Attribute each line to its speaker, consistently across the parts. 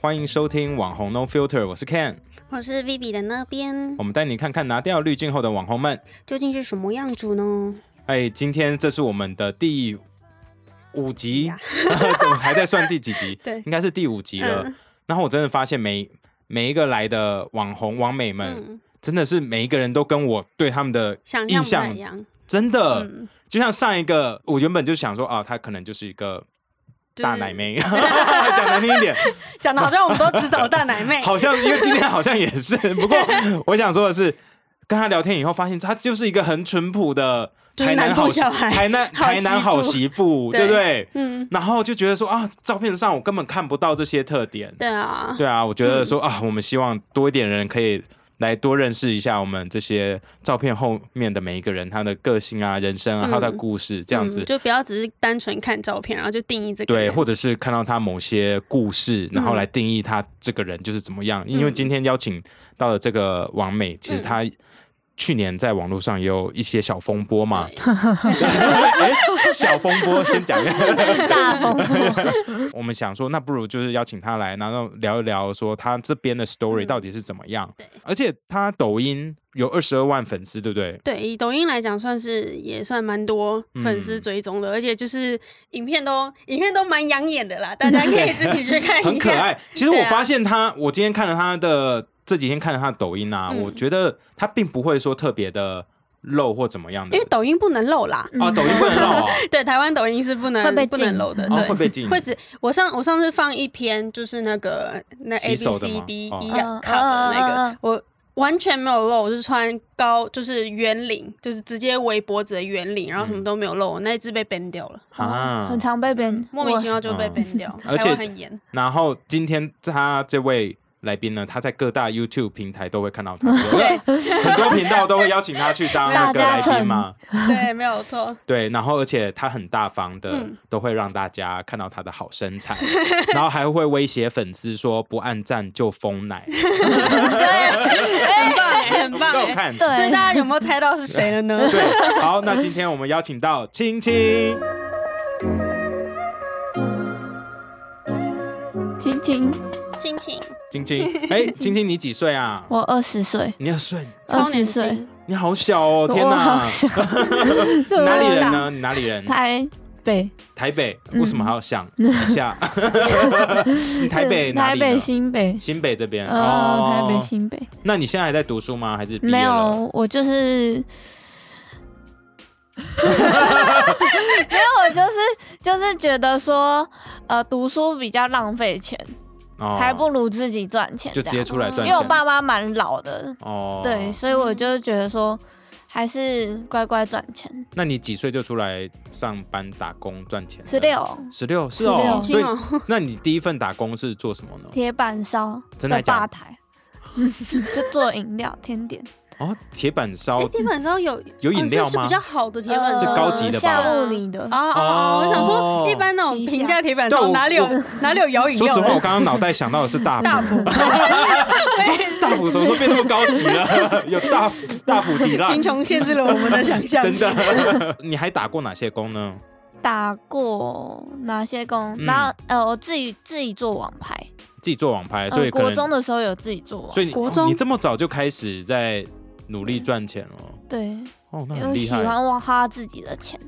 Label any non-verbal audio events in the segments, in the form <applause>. Speaker 1: 欢迎收听网红 No Filter，我是 Ken，
Speaker 2: 我是 Vivi 的那边，
Speaker 1: 我们带你看看拿掉滤镜后的网红们。
Speaker 2: 究竟是什么样子呢？
Speaker 1: 哎，今天这是我们的第五 <laughs> 集，我还在算第几集，
Speaker 2: 啊 <laughs> 对
Speaker 1: 应该是第五集了。
Speaker 2: 嗯
Speaker 1: 然后我真的发现每每一个来的网红网美们，
Speaker 2: 嗯，
Speaker 1: 真的是每一个人都跟我对他们的
Speaker 2: 想象
Speaker 1: 印
Speaker 2: 不太
Speaker 1: 象
Speaker 2: 一样，
Speaker 1: 真的，
Speaker 2: 嗯
Speaker 1: 就像上一个，我原本就想说啊，她可能就是一个
Speaker 2: 就是
Speaker 1: 大奶妹， <laughs> 讲难听一点，
Speaker 2: <laughs> 讲的好像我们都只找大奶妹
Speaker 1: <laughs> 好像因为今天好像也
Speaker 2: <laughs>
Speaker 1: 是，不过我想说的是，跟她聊天以后发现她就是一个很淳朴的
Speaker 2: 就是
Speaker 1: 台南
Speaker 2: 南部
Speaker 1: 好媳
Speaker 2: 小孩
Speaker 1: 台南
Speaker 2: 好媳妇
Speaker 1: 台南好媳妇，对不对？
Speaker 2: 嗯，
Speaker 1: 然后就觉得说啊，照片上我根本看不到这些特点。
Speaker 2: 对啊，
Speaker 1: 对啊，我觉得说、
Speaker 2: 嗯
Speaker 1: 啊，我们希望多一点人可以来多认识一下我们这些照片后面的每一个人，他的个性啊、人生啊，还有他的故事，这样子。
Speaker 2: 嗯就不要只是单纯看照片，然后就定义这个
Speaker 1: 对，
Speaker 2: 人。
Speaker 1: 或者是看到他某些故事，然
Speaker 2: 嗯
Speaker 1: 后来定义他这个人就是怎么样。因为今天邀请到的这个王美，其实
Speaker 2: 嗯
Speaker 1: 她去年在网络上也有一些小风波嘛。 <laughs> 哎小风波先讲一 <laughs> 下。
Speaker 3: 大风波。
Speaker 1: 我们想说，那不如就是邀请他来，然后聊一聊，说他这边的 story
Speaker 2: 嗯
Speaker 1: 到底是怎么样。
Speaker 2: 对
Speaker 1: 而且他抖音有二十二万粉丝，对不对？
Speaker 2: 对，以抖音来讲，算是也算蛮多
Speaker 1: 嗯
Speaker 2: 粉丝追踪的，而且就是影片都影片都蛮养眼的啦，大家可以自
Speaker 1: <laughs>
Speaker 2: 己去看
Speaker 1: 很
Speaker 2: 一
Speaker 1: 可
Speaker 2: 下。
Speaker 1: 爱。其实我
Speaker 2: 对啊
Speaker 1: 发现他，我今天看了他的这几天看了他的抖音啊，
Speaker 2: 嗯
Speaker 1: 我觉得他并不会说特别的露或怎么样的
Speaker 2: 因为。抖音不能漏啦，
Speaker 1: 啊，抖音不能露啊，
Speaker 2: <laughs> 对，台湾抖音是不能
Speaker 3: 会被
Speaker 2: 不能
Speaker 3: 禁
Speaker 2: 漏的，
Speaker 1: 哦
Speaker 2: 对，
Speaker 1: 会被禁。
Speaker 2: 会只我上我上次放一篇就是那个那
Speaker 1: 洗
Speaker 2: A B
Speaker 1: 手的
Speaker 2: C
Speaker 1: 吗
Speaker 2: D
Speaker 1: 哦
Speaker 2: E
Speaker 3: 嗯
Speaker 2: cup 的那
Speaker 3: 嗯嗯
Speaker 2: 个
Speaker 3: 嗯，
Speaker 2: 我完全没有露，我是穿高就是圆领，就是直接围脖子的圆领，然后什么都没有露，我那一只被 ban 掉了，
Speaker 1: 啊
Speaker 3: 很常被别人
Speaker 2: 莫名其
Speaker 3: 我
Speaker 2: 妙就被
Speaker 1: 嗯
Speaker 2: ban 掉，
Speaker 1: 而
Speaker 2: 台
Speaker 1: 且
Speaker 2: 湾很严，
Speaker 1: 然后今天他这位来宾呢，他在各大 YouTube 平台都会看到
Speaker 2: <laughs>
Speaker 1: 他，对，很多频道都会邀请他去当那个
Speaker 3: 大
Speaker 1: 来
Speaker 3: 家
Speaker 1: 宾嘛。
Speaker 2: 对，没有错，
Speaker 1: 对，然后而且他很大方的，
Speaker 2: 嗯
Speaker 1: 都会让大家看到他的好身材，然后还会威胁粉丝说不按赞就封
Speaker 2: <laughs>
Speaker 1: 奶，
Speaker 2: 很棒哎，很棒
Speaker 1: 我有
Speaker 2: 哎，
Speaker 1: 看。
Speaker 3: 对
Speaker 2: 所以大家有没有猜到是谁了呢？
Speaker 1: 对，好，那今天我们邀请到青青，
Speaker 3: 青青，
Speaker 2: 亲亲，
Speaker 1: 青
Speaker 3: <laughs>
Speaker 1: 青，哎，青青你几岁啊？
Speaker 3: 我二十岁，
Speaker 1: 你二岁，
Speaker 3: 二
Speaker 2: 超年
Speaker 3: 十
Speaker 2: 轻
Speaker 3: 岁，
Speaker 1: 你好小哦，天
Speaker 3: 我好
Speaker 1: 哪！
Speaker 3: 小，
Speaker 1: <laughs> 你哪里人
Speaker 2: 我
Speaker 1: 呢？你哪里人？
Speaker 3: 台北，
Speaker 1: 台北，
Speaker 3: 嗯
Speaker 1: 为什么还要想一
Speaker 3: <laughs>
Speaker 1: 下？你台北
Speaker 3: 嗯
Speaker 1: 哪
Speaker 3: 台
Speaker 1: 里
Speaker 3: 北
Speaker 1: 呢？
Speaker 3: 新北，
Speaker 1: 新北这边
Speaker 3: 嗯，
Speaker 1: 哦
Speaker 3: 台，北新北，
Speaker 1: 那你现在还在读书吗？还是毕业
Speaker 3: 没
Speaker 1: 了？
Speaker 3: 有，我就是。 <laughs> 没有，我就是就是觉得说，呃，读书比较浪费钱，
Speaker 1: 哦
Speaker 3: 还不如自己赚钱这
Speaker 1: 就
Speaker 3: 样。
Speaker 1: 直接出来赚
Speaker 3: 因为我
Speaker 1: 钱。
Speaker 3: 爸妈蛮老的，
Speaker 1: 哦，
Speaker 3: 对，，所以我就觉得说，还是乖乖赚钱。
Speaker 1: 那你几岁就出来上班打工赚钱？
Speaker 3: 十，六，
Speaker 1: 十六是哦，所
Speaker 3: 16
Speaker 2: 亲
Speaker 1: 以
Speaker 2: 哦，
Speaker 1: 那你第一份打工是做什么呢？
Speaker 3: 铁板烧
Speaker 1: 真的
Speaker 3: 的
Speaker 1: 假的
Speaker 3: 吧台， <laughs> 就做饮料、甜点，
Speaker 1: 哦，铁板烧
Speaker 2: 哎，铁板烧有
Speaker 1: 有
Speaker 2: 哦
Speaker 1: 饮料
Speaker 2: 是
Speaker 1: 吗
Speaker 2: 不是比较好的铁啊板
Speaker 1: 是
Speaker 2: 烧
Speaker 1: 高级的吧
Speaker 3: 夏目里的
Speaker 2: 哦，哦，我想说，一般那种平价铁板
Speaker 1: 对
Speaker 2: 烧
Speaker 1: 我
Speaker 2: 哪里有哪里有摇饮
Speaker 1: 说
Speaker 2: 料
Speaker 1: 实
Speaker 2: 的？
Speaker 1: 话，我刚刚脑袋想到的是大
Speaker 2: 大
Speaker 1: 埔，
Speaker 2: 埔，
Speaker 1: 大埔什么时候变那么高级了？有大大埔迪拉
Speaker 2: 贫，穷限制了我们的想
Speaker 1: <laughs>
Speaker 2: 象。
Speaker 1: 真，的。你还打过哪些工呢？
Speaker 3: 打过哪些工？
Speaker 1: 嗯
Speaker 3: 然后呃，我自己自己做网拍，
Speaker 1: 自己做网拍，哎所
Speaker 3: 呃，
Speaker 1: 以可
Speaker 3: 国中
Speaker 1: 能，
Speaker 3: 的时候有自己做网，
Speaker 1: 所以你
Speaker 2: 国
Speaker 1: 哦
Speaker 2: 中
Speaker 1: 你这么早就开始在努力赚钱了，
Speaker 3: 对，
Speaker 1: 哦，那
Speaker 3: 因
Speaker 1: 很
Speaker 3: 为
Speaker 1: 厉
Speaker 3: 喜
Speaker 1: 害，
Speaker 3: 欢花自己
Speaker 1: <laughs>
Speaker 3: 的钱，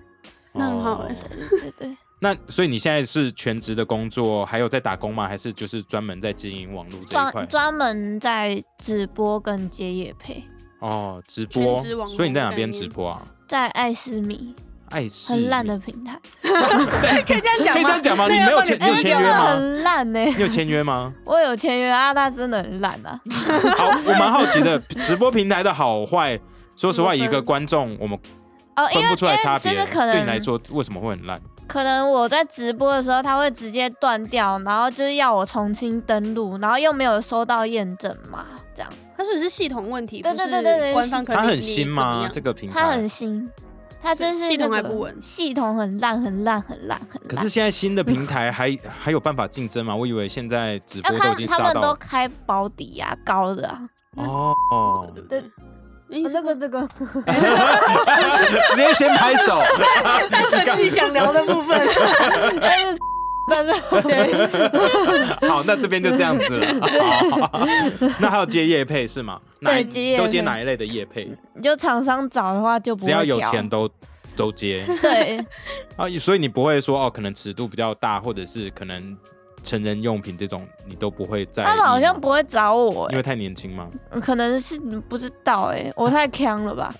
Speaker 2: 那很好哎
Speaker 1: 哦
Speaker 3: 对对对。
Speaker 1: 那所以你现在是全职的工作，还有在打工吗？还是就是专门在经营网络这一块
Speaker 3: 专？专门在直播跟接夜配，
Speaker 1: 哦，直播，
Speaker 2: 全职网红
Speaker 1: 所以你在哪边
Speaker 2: 概念
Speaker 1: 直播啊？
Speaker 3: 在爱思米
Speaker 1: 爱是
Speaker 3: 很烂的平台，
Speaker 2: <laughs> 可以这样
Speaker 1: 可以
Speaker 2: 讲
Speaker 1: 这
Speaker 2: 吗
Speaker 1: 样？讲吗？
Speaker 2: 对
Speaker 1: 你没有签，你
Speaker 2: 要
Speaker 1: 有
Speaker 2: 不然
Speaker 3: 真
Speaker 1: 签约
Speaker 3: 的
Speaker 1: 吗？
Speaker 3: 很烂呢、
Speaker 1: 你有签约吗？ <laughs>
Speaker 3: 我有签约啊，但真的很烂啊。
Speaker 1: 好，我蛮好奇的，直播平台的好坏，说实话，
Speaker 2: 怎么
Speaker 1: 一
Speaker 2: 分
Speaker 1: 个观众我们
Speaker 3: 哦，因
Speaker 1: 分
Speaker 3: 为
Speaker 1: 不出来差别，
Speaker 3: 因为就是可能
Speaker 1: 对你来说为什么会很烂？
Speaker 3: 可能我在直播的时候，他会直接断掉，然后就是要我重新登录，然后又没有收到验证码，这样。
Speaker 2: 他说的是系统问题，
Speaker 3: 对
Speaker 2: 不是
Speaker 3: 对对对对
Speaker 2: 官方可
Speaker 1: 它
Speaker 2: 能
Speaker 1: 很新吗？这
Speaker 2: 这
Speaker 1: 个平台？
Speaker 3: 他很新，他真是、
Speaker 2: 系统还不稳
Speaker 3: 系统很烂，很烂，很烂，很烂。
Speaker 1: 可是现在新的平台还还有办法竞争吗？我以为现在直播
Speaker 3: 要
Speaker 1: 都已
Speaker 3: 看
Speaker 1: 经
Speaker 3: 他
Speaker 1: 杀
Speaker 3: 们
Speaker 1: 到
Speaker 3: 都开保底啊，高的啊，
Speaker 1: 哦，
Speaker 3: <laughs>
Speaker 2: 对不
Speaker 3: 对
Speaker 2: 对？哎，
Speaker 3: 这个这个，
Speaker 1: 直接先拍手。 <laughs>
Speaker 2: 单纯自己想聊的部分，
Speaker 3: 但是但是 <laughs>
Speaker 1: 好，那这边就这样子了。 <laughs> 好那还有接业配是吗？哪一
Speaker 3: 对接业配
Speaker 1: 都接哪一类的业配？
Speaker 3: 你就厂商找的话就不会
Speaker 1: 只要有
Speaker 3: 调
Speaker 1: 钱都都接
Speaker 3: 对
Speaker 1: 啊，所以你不会说哦，可能尺度比较大，或者是可能成人用品这种你都不会在意吗。
Speaker 3: 他们好像不会找我、
Speaker 1: 因为太年轻嘛， <laughs>
Speaker 3: 欸，可能是不知道哎、我太强了吧？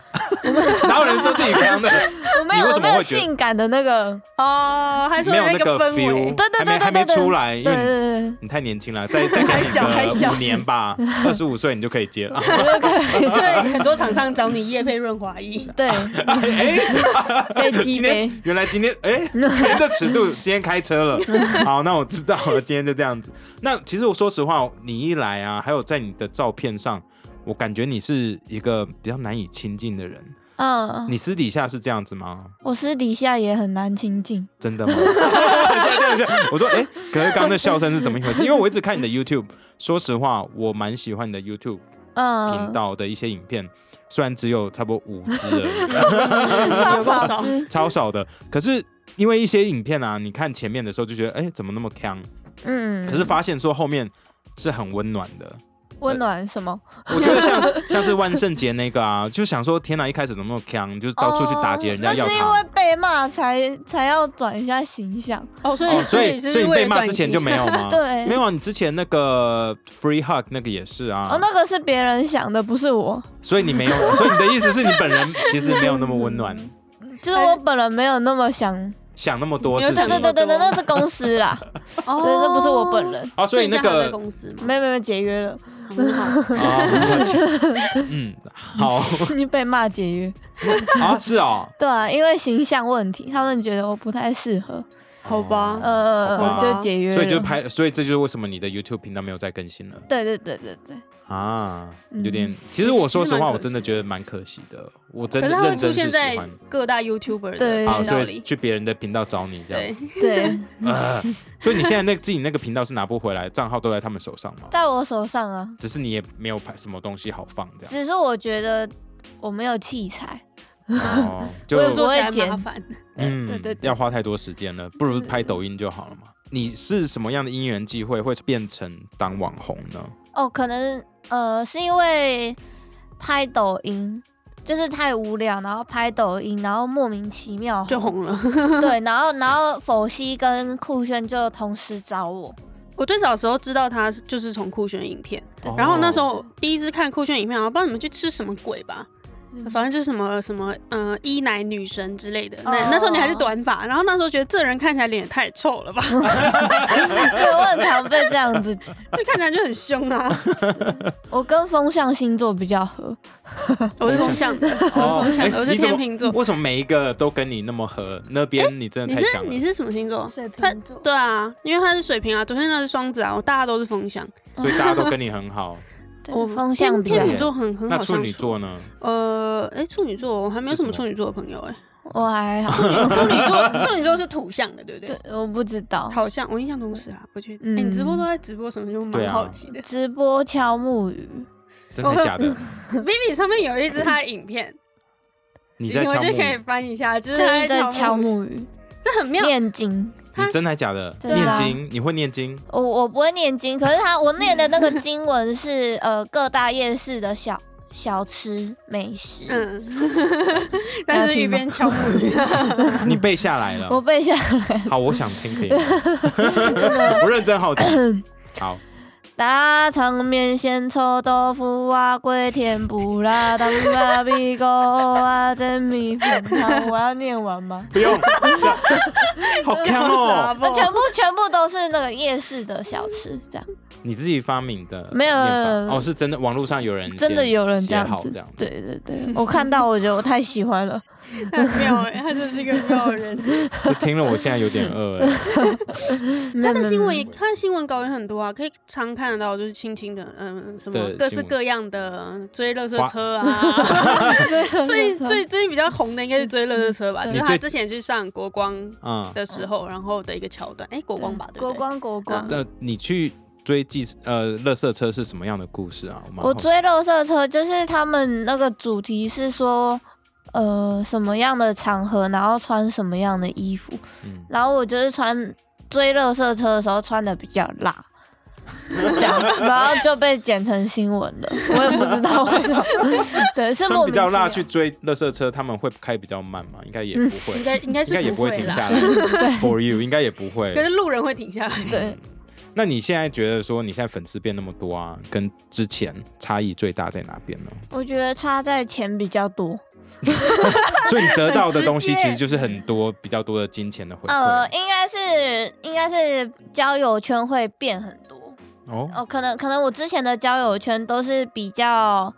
Speaker 1: 哪有人说自己刚的？ <laughs>
Speaker 3: 我没有
Speaker 1: 你为什
Speaker 3: 我
Speaker 1: 么
Speaker 3: 没有
Speaker 1: 会觉得
Speaker 3: 性感的那个，
Speaker 2: 哦，还说
Speaker 1: 没有
Speaker 2: 那
Speaker 1: 个
Speaker 2: 氛
Speaker 1: feel，
Speaker 2: 围，
Speaker 3: 对对对
Speaker 1: 还
Speaker 3: 对
Speaker 1: 没还没
Speaker 3: 对对
Speaker 1: 出来，因
Speaker 3: 对
Speaker 1: 为你
Speaker 3: 对对
Speaker 1: 你太年轻了，再再给
Speaker 2: 还
Speaker 1: 你
Speaker 2: 小还
Speaker 1: 个
Speaker 2: 小
Speaker 1: 五年
Speaker 3: <laughs>
Speaker 1: 吧，二十五岁你就可以接了。啊
Speaker 2: <laughs> 对，很多厂商找你叶配润滑液，
Speaker 3: 对，
Speaker 1: 哎，
Speaker 3: 飞
Speaker 1: <laughs>
Speaker 3: 机
Speaker 1: 今天
Speaker 3: 杯，
Speaker 1: 原来今天哎，人的尺度，今天开车
Speaker 3: <laughs>
Speaker 1: 了。好，那我知道了，今天就这样子。那其实我说实话，你一来啊，还有在你的照片上，我感觉你是一个比较难以亲近的人。
Speaker 3: 嗯，
Speaker 1: 你私底下是这样子吗？
Speaker 3: 我私底下也很难亲近，
Speaker 1: 真的吗？吓这样笑，我说哎、诶可是刚刚那笑声是怎么一回事？因为我一直看你的 YouTube，说实话，我蛮喜欢你的 YouTube
Speaker 3: 嗯
Speaker 1: 频，道的一些影片，虽然只有差不多五支而已，
Speaker 3: 超
Speaker 1: <laughs>
Speaker 2: 有多
Speaker 3: 少
Speaker 2: 少
Speaker 3: <laughs> 知，
Speaker 1: 超 <laughs> 少的，可是因为一些影片啊，你看前面的时候就觉得哎、诶怎么那么强，
Speaker 3: 嗯，
Speaker 1: 可是发现说后面是很温暖的。
Speaker 3: 温暖什么？
Speaker 1: 我觉得
Speaker 3: <laughs>
Speaker 1: 像像是万圣节那个啊，就想说天哪，一开始怎么那么强，就是到处去打劫人家
Speaker 3: 哦
Speaker 1: 要
Speaker 3: 那是
Speaker 1: 糖
Speaker 3: 因。为被骂才才要转一下形象，
Speaker 2: 哦，所
Speaker 1: 哦，所以所
Speaker 2: 是
Speaker 1: 以你
Speaker 2: 为
Speaker 1: 被
Speaker 2: 了
Speaker 1: 骂
Speaker 2: 转
Speaker 1: 之前
Speaker 2: 型
Speaker 1: 就没有
Speaker 3: <laughs>
Speaker 1: 吗？
Speaker 3: 对
Speaker 1: 没有啊。你之前那个 free hug 那个也是啊，
Speaker 3: 哦，那个是别人想的，不是我，
Speaker 1: 所以你没有，所以你的意思是你本人其实没有那么温暖，
Speaker 3: 就是我本人没有那么想，
Speaker 1: 想那么多
Speaker 2: 没有
Speaker 1: 事
Speaker 3: 对
Speaker 2: 想
Speaker 1: 情
Speaker 2: 那么
Speaker 3: 对对对，
Speaker 2: 多
Speaker 3: 那是公司啦，
Speaker 2: 哦
Speaker 3: 对，那不是我本人，
Speaker 1: 啊，所以那
Speaker 2: 现在还有在
Speaker 1: 个
Speaker 2: 公司吗？
Speaker 3: 没有没有解约
Speaker 1: <laughs>
Speaker 3: 了，
Speaker 2: 很好，
Speaker 1: 啊，抱歉嗯，好
Speaker 3: 你被骂解约，
Speaker 1: 啊，是哦，
Speaker 3: 对啊，因为形象问题，他们觉得我不太适合，
Speaker 2: 好吧
Speaker 3: 呃，
Speaker 1: 好吧
Speaker 3: 我就解约了，
Speaker 1: 所以就，拍，所以这就是为什么你的 YouTube 频道没有再更新了
Speaker 3: 对对对对 <laughs> 对，
Speaker 1: 啊，
Speaker 3: 嗯
Speaker 1: 有点。其实我说实
Speaker 2: 其实蛮
Speaker 1: 话，
Speaker 2: 可惜
Speaker 1: 我真的觉得蛮可惜的，我真
Speaker 2: 可
Speaker 1: 的
Speaker 2: 是它会
Speaker 1: 认
Speaker 2: 出
Speaker 1: 真是
Speaker 2: 现
Speaker 1: 喜
Speaker 2: 在
Speaker 1: 欢。
Speaker 2: 各大 YouTuber
Speaker 3: 对
Speaker 2: 的
Speaker 1: 啊，
Speaker 2: 频道
Speaker 1: 所以
Speaker 2: 里，
Speaker 1: 去别人的频道找你这样
Speaker 2: <laughs> 对
Speaker 1: 子，，
Speaker 3: 对，
Speaker 1: 呃，所以你现在那自己那个频道是拿不回来，账号都在他们手上吗？
Speaker 3: 在我手上啊，
Speaker 1: 只是你也没有拍什么东西好放这样，
Speaker 3: 只是我觉得我没有器材，
Speaker 2: <laughs>
Speaker 1: 哦，就
Speaker 3: 我
Speaker 2: 制
Speaker 3: 也
Speaker 2: 作起
Speaker 3: 我
Speaker 2: 来
Speaker 3: 会剪
Speaker 2: 麻烦。 <laughs>
Speaker 1: 嗯，
Speaker 3: 对对对
Speaker 1: 要花太多时间了，不如拍抖音就好了嘛。你是什么样的因缘际会会变成当网红
Speaker 2: <laughs>
Speaker 1: 呢？
Speaker 3: 哦，可能呃是因为拍抖音。就是太无聊，然后拍抖音，然后莫名其妙
Speaker 2: 就红了。
Speaker 3: 对，然后然后否西跟酷炫就同时找我，
Speaker 2: <laughs>
Speaker 3: <laughs>
Speaker 2: 我最早的时候知道他是就是从酷炫影片，
Speaker 1: 哦
Speaker 2: 然后那时候第一次看酷炫影片，啊好像不知道你们去吃什么鬼吧，反正就是什么什么呃一奶女神之类的。那、
Speaker 3: 哦
Speaker 2: 那时候你还是短发，然后那时候觉得这人看起来脸也太臭 <laughs> 了吧，
Speaker 3: 对，我很常被这样子。
Speaker 2: 就看起来就很凶啊。 <laughs>
Speaker 3: 我跟风象星座比较合，
Speaker 2: 我是风象的，
Speaker 1: 哦
Speaker 2: 我是风象的，
Speaker 1: 哎
Speaker 2: 我
Speaker 1: 你
Speaker 2: 是
Speaker 1: 怎么
Speaker 2: 天秤座。
Speaker 1: 为什么每一个都跟你那么合？那边你真的
Speaker 2: 你
Speaker 1: 太
Speaker 2: 是
Speaker 1: 强了。
Speaker 2: 你是什么星座？
Speaker 3: 水
Speaker 2: 瓶
Speaker 3: 座
Speaker 2: 对啊，因为他是水瓶啊，昨天那是双子啊，我大家都是风象。
Speaker 1: 所以大家都跟你很
Speaker 2: <laughs>
Speaker 1: 好。
Speaker 2: 我
Speaker 3: 风象比较
Speaker 2: 天
Speaker 1: 偏
Speaker 2: 秤座很很
Speaker 1: 那
Speaker 2: 好
Speaker 1: 处
Speaker 2: 相
Speaker 1: 女
Speaker 2: 处。
Speaker 1: 座呢？
Speaker 2: 呃，哎，处女座我还没
Speaker 1: 是
Speaker 2: 有什
Speaker 1: 什么
Speaker 2: 么处女座的朋友哎。
Speaker 3: 我还好， <laughs>
Speaker 2: 处女座处女座是土象的，对不
Speaker 3: 对
Speaker 2: 对？，
Speaker 3: 我不知道。
Speaker 2: 好像我印象中是啊，不确定。
Speaker 3: 嗯
Speaker 2: 哎，你直播都在直播什么？就
Speaker 1: 对
Speaker 2: 蛮
Speaker 1: 啊
Speaker 2: 好奇的。 <laughs>
Speaker 3: 直播敲木鱼，
Speaker 1: 真的假的？
Speaker 2: Vivi 上面有一支他的影片，
Speaker 1: 你
Speaker 2: 你
Speaker 1: 在
Speaker 2: 们
Speaker 1: 敲木
Speaker 2: 就可以
Speaker 1: 鱼？
Speaker 2: 翻一下，就
Speaker 3: 就是
Speaker 2: 他
Speaker 3: 是在敲
Speaker 2: 木，
Speaker 3: 木鱼，
Speaker 2: 这很妙。
Speaker 3: 念经。
Speaker 2: 他
Speaker 1: 你真的还假的？
Speaker 3: 对
Speaker 1: 念
Speaker 3: 啊
Speaker 1: 经？你会念经？
Speaker 3: 我我不会念经，可是他我念的那个经文是呃各大夜市的小小吃美食，
Speaker 2: 嗯， <laughs> 但是一边敲木鱼，
Speaker 1: 你背下来了
Speaker 2: <laughs>
Speaker 3: 我？背下来。
Speaker 1: 好，我想听可以吗？ <laughs> 我认真好奇。好，
Speaker 3: 大肠面线、臭豆腐、蛙龟甜不辣、当拉比狗啊、蒸米粉汤，我要念完吗？
Speaker 1: 不
Speaker 3: <laughs>
Speaker 1: 用，这样好强哦！
Speaker 3: 那全部全部都是那个夜市的小吃，这样
Speaker 1: 你自己发明的
Speaker 3: 没有
Speaker 1: 念法哦，是真的，网络上有人先
Speaker 3: 真的有人这
Speaker 1: 写
Speaker 3: 样
Speaker 1: 好
Speaker 3: 子，
Speaker 1: 这样子。
Speaker 3: 对对对，我看到我觉得我太喜欢了，
Speaker 2: 很妙哎，他真是一个妙 <laughs> 人。
Speaker 1: 就听了我现在有点饿
Speaker 3: <laughs>
Speaker 1: 哎。
Speaker 2: 他
Speaker 3: 没
Speaker 2: 的
Speaker 3: 有没有
Speaker 2: 新闻
Speaker 3: 没有
Speaker 2: 也，他的新闻稿也很多啊，可以常看得到，就是轻轻的，嗯，什么
Speaker 1: 对
Speaker 2: 各
Speaker 1: 新
Speaker 2: 式
Speaker 1: 闻
Speaker 2: 各样的追乐色
Speaker 1: 花
Speaker 2: 车 <laughs> 啊。最
Speaker 3: 对
Speaker 2: 最最近比较红的应该是追乐色车吧，
Speaker 3: 对
Speaker 2: 就是
Speaker 1: 你
Speaker 2: 他
Speaker 1: 最
Speaker 2: 之前去上国光
Speaker 1: 嗯，
Speaker 2: 的时候，然后的一个桥段，哎，国光吧，对不
Speaker 3: 嗯国
Speaker 2: 对？嗯
Speaker 3: 光国光。
Speaker 1: 那你去追计呃，乐色车是什么样的故事啊？蛮
Speaker 3: 我
Speaker 1: 好奇
Speaker 3: 追肉色车就是他们那个主题是说，呃，什么样的场合，然后穿什么样的衣服，
Speaker 1: 嗯
Speaker 3: 然后我就是穿追乐色车的时候穿的比较辣，这
Speaker 1: <laughs>
Speaker 3: 样，然后就被剪成新闻了。我也不知道
Speaker 1: <laughs>
Speaker 3: 为什么，对，是
Speaker 1: 穿
Speaker 3: 莫
Speaker 1: 比
Speaker 3: 名
Speaker 1: 较
Speaker 3: 其妙
Speaker 1: 辣去追垃圾车，他们会开比较慢吗？应该也不会，
Speaker 3: 嗯
Speaker 2: 应该应
Speaker 1: <laughs>
Speaker 2: 该
Speaker 1: 应
Speaker 2: 是
Speaker 1: 该也
Speaker 2: 不
Speaker 1: 不会
Speaker 2: 会
Speaker 1: 停
Speaker 2: 啦，
Speaker 1: 下
Speaker 3: <laughs>
Speaker 1: 来。For you，应该也不会
Speaker 2: 可。是路人会停下来。
Speaker 1: 嗯
Speaker 3: 对，
Speaker 1: 那你现在觉得说你现在粉丝变那么多啊，跟之前差异最大在哪边呢？
Speaker 3: 我觉得差在钱比较多。 <laughs>
Speaker 1: 所以你得到的东西
Speaker 2: 很直
Speaker 1: 其
Speaker 2: 接
Speaker 1: 实就是很多比较多的金钱的回馈。
Speaker 3: 呃，应该是应该是交友圈会变很多
Speaker 1: 哦，
Speaker 3: 哦，可能可能我之前的交友圈都是比较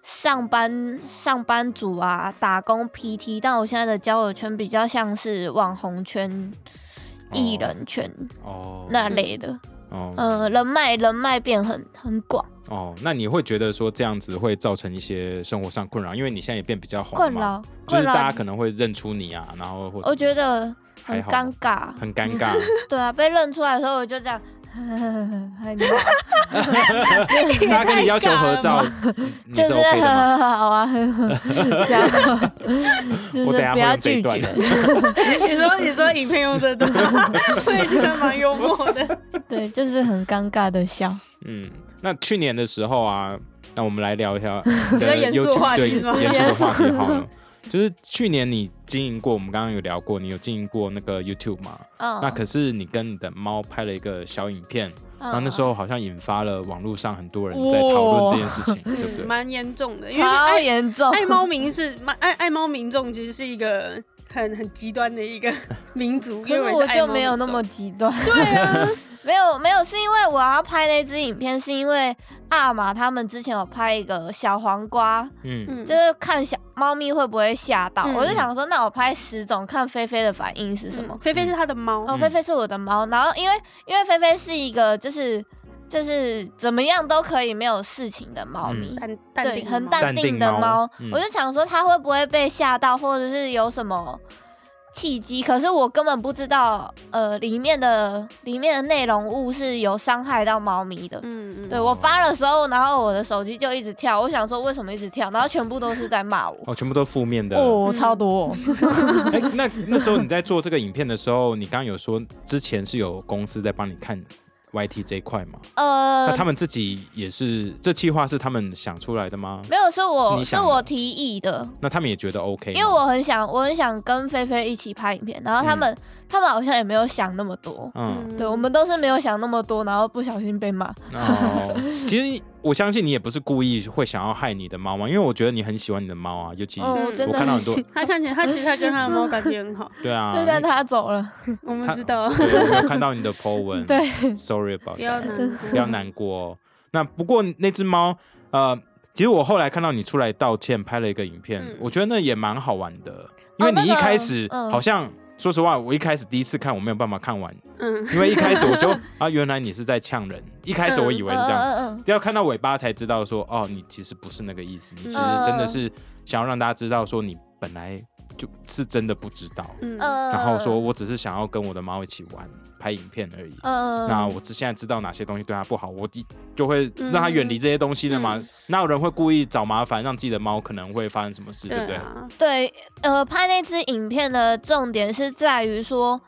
Speaker 3: 上班上班族啊，打工 PT，但我现在的交友圈比较像是网红圈、艺
Speaker 1: 哦
Speaker 3: 人圈
Speaker 1: 哦，
Speaker 3: 那类的，
Speaker 1: 哦、
Speaker 3: 呃，人脉人脉变很很广，
Speaker 1: 哦，那你会觉得说这样子会造成一些生活上困扰，因为你现在也变比较红
Speaker 3: 困
Speaker 1: 嘛
Speaker 3: 扰，
Speaker 1: 就是
Speaker 3: 困扰
Speaker 1: 大家可能会认出你啊，然后或者
Speaker 3: 我觉得
Speaker 1: 还
Speaker 3: 很
Speaker 1: 好
Speaker 3: 尴尬，
Speaker 1: 很尴尬，
Speaker 3: <laughs> 对啊，被认出来的时候我就这样， <laughs>
Speaker 1: <laughs>
Speaker 3: 嗨你好
Speaker 1: 大家跟你要求合
Speaker 3: <laughs>
Speaker 1: 照，你
Speaker 3: 就是是
Speaker 1: OK 的吗？
Speaker 3: <laughs> 好啊，
Speaker 1: <laughs>
Speaker 3: 这样就
Speaker 1: 我等
Speaker 3: 是
Speaker 1: 下
Speaker 3: 不
Speaker 1: 会
Speaker 3: 要
Speaker 1: 用这
Speaker 3: 拒
Speaker 1: 一段
Speaker 3: 绝，
Speaker 1: 的，
Speaker 2: 你说你说影片用这 <laughs> 段，我也觉得蛮幽默的。
Speaker 3: 对，就是很尴尬的笑。
Speaker 1: <laughs> 嗯，那去年的时候啊，那我们来聊一
Speaker 3: <laughs>
Speaker 1: 下
Speaker 2: 比较严肃的
Speaker 1: YouTube-
Speaker 2: 话题
Speaker 1: 对
Speaker 2: 是吗
Speaker 1: 严肃的话题好了。就是去年你经营过，我们刚刚有聊过，你有经营过那个 YouTube 嘛？
Speaker 3: 嗯，
Speaker 1: 那可是你跟你的猫拍了一个小影片，然
Speaker 3: 然
Speaker 1: 后那时候好像引发了网络上很多人
Speaker 3: 嗯
Speaker 1: 在讨论这件事情，对不对
Speaker 2: 嗯，？蛮严重的，因为
Speaker 3: 超
Speaker 2: 爱
Speaker 3: 严重，
Speaker 2: 爱猫民是蛮爱爱猫民众，其实是一个很很极端
Speaker 1: <laughs>
Speaker 2: 的一个民族。
Speaker 3: 可
Speaker 2: 因
Speaker 3: 是
Speaker 2: 为
Speaker 3: 我
Speaker 2: 爱
Speaker 3: 就
Speaker 2: 猫
Speaker 3: 没有
Speaker 2: 民
Speaker 3: 那
Speaker 2: 众
Speaker 3: 么极端，
Speaker 2: 对啊，
Speaker 3: <laughs> 没有没有，是因为我要拍那支影片，是因为阿玛他们之前有拍一个小黄瓜，
Speaker 1: 嗯，
Speaker 2: 嗯
Speaker 3: 就是看小猫咪会不会吓到，
Speaker 2: 嗯
Speaker 3: 我就想说，那我拍十种，看菲菲的反应是什么
Speaker 2: 嗯。菲菲是他的猫，
Speaker 3: 哦，
Speaker 1: 嗯
Speaker 3: 菲菲是我的猫，然后因为因为菲菲是一个就是就是怎么样都可以没有事情的猫咪，
Speaker 1: 嗯
Speaker 2: 淡淡
Speaker 3: 对，
Speaker 2: 定的
Speaker 3: 很
Speaker 2: 猫
Speaker 3: 淡定的猫
Speaker 1: 淡定猫嗯，
Speaker 3: 我就想说它会不会被吓到，或者是有什么契机，可是我根本不知道，呃，里面的里面的内容物是有伤害到猫咪的。
Speaker 2: 嗯嗯，
Speaker 3: 对我发的时候，然后我的手机就一直跳，我想说为什么一直跳，然后全部都是在骂我，
Speaker 1: <laughs> 哦，全部都负面的。
Speaker 3: 哦，
Speaker 2: 嗯
Speaker 3: 超多、哦，
Speaker 1: <laughs> 哎，那那时候你在做这个影片的时候，你刚刚有说之前是有公司在帮你看 YT 这一块吗？那
Speaker 3: <laughs> 呃
Speaker 1: 他，们自己也是这计划是他们想出来的吗？
Speaker 3: 没有，是
Speaker 1: 是
Speaker 3: 我
Speaker 1: 你
Speaker 3: 是
Speaker 1: 想的
Speaker 3: 我提议的，
Speaker 1: 那他们也觉得 OK，吗
Speaker 3: 因为我很想，我很想跟菲菲一起拍影片，然后他们、他们好像也没有想那么多，
Speaker 1: 嗯，
Speaker 3: 对我们都是没有想那么多，然后不小心被骂。 <laughs>
Speaker 1: 哦，其实我相信你也不是故意会想要害你的猫嘛，因为我觉得你很喜欢你的猫啊，尤其
Speaker 3: 哦，真
Speaker 1: 我
Speaker 3: 的
Speaker 1: 看到
Speaker 3: 很
Speaker 1: 很多
Speaker 3: 喜，
Speaker 2: 他看起来，他其实他跟他的猫感情
Speaker 1: <laughs>
Speaker 2: 很好，
Speaker 1: 对啊，
Speaker 3: 对，但他走了，
Speaker 1: 嗯
Speaker 2: 我们
Speaker 1: 他
Speaker 2: 知道，
Speaker 1: 对我没有看到你的
Speaker 3: <laughs>
Speaker 1: po 文，
Speaker 3: 对，
Speaker 1: ，sorry about
Speaker 2: 不要
Speaker 1: that，
Speaker 2: 难
Speaker 1: 不要
Speaker 2: 过。
Speaker 1: 难过、哦。那不过那只猫，呃，其实我后来看到你出来道歉，拍了一个影片，
Speaker 2: 嗯
Speaker 1: 我觉得那也蛮好玩的，因为
Speaker 3: 哦那
Speaker 1: 你一
Speaker 3: 个
Speaker 1: 开始、
Speaker 3: 嗯
Speaker 1: 好像。说实话，我一开始第一次看我没有办法看完，
Speaker 2: 嗯，
Speaker 1: 因为一开始我
Speaker 3: <laughs>
Speaker 1: 就啊，原来你是在呛人。一开始我以为是这样，
Speaker 3: 嗯嗯
Speaker 1: 要看到尾巴才知道说，哦，你其实不是那个意思，你其实
Speaker 3: 嗯
Speaker 1: 真的是想要让大家知道说你本来就是真的不知道，
Speaker 2: 嗯嗯
Speaker 3: 嗯，
Speaker 1: 然后说我只是想要跟我的猫一起玩拍影片而已。
Speaker 3: 嗯，
Speaker 1: 那我只现在知道哪些东西对它不好，我就就会让它远离这些东西了嘛。
Speaker 3: 嗯
Speaker 1: 哪有人会故意找麻烦，让自己的猫可能会发生什么事，对不对？
Speaker 2: 啊，
Speaker 3: 对，呃，拍那支影片的重点是在于说，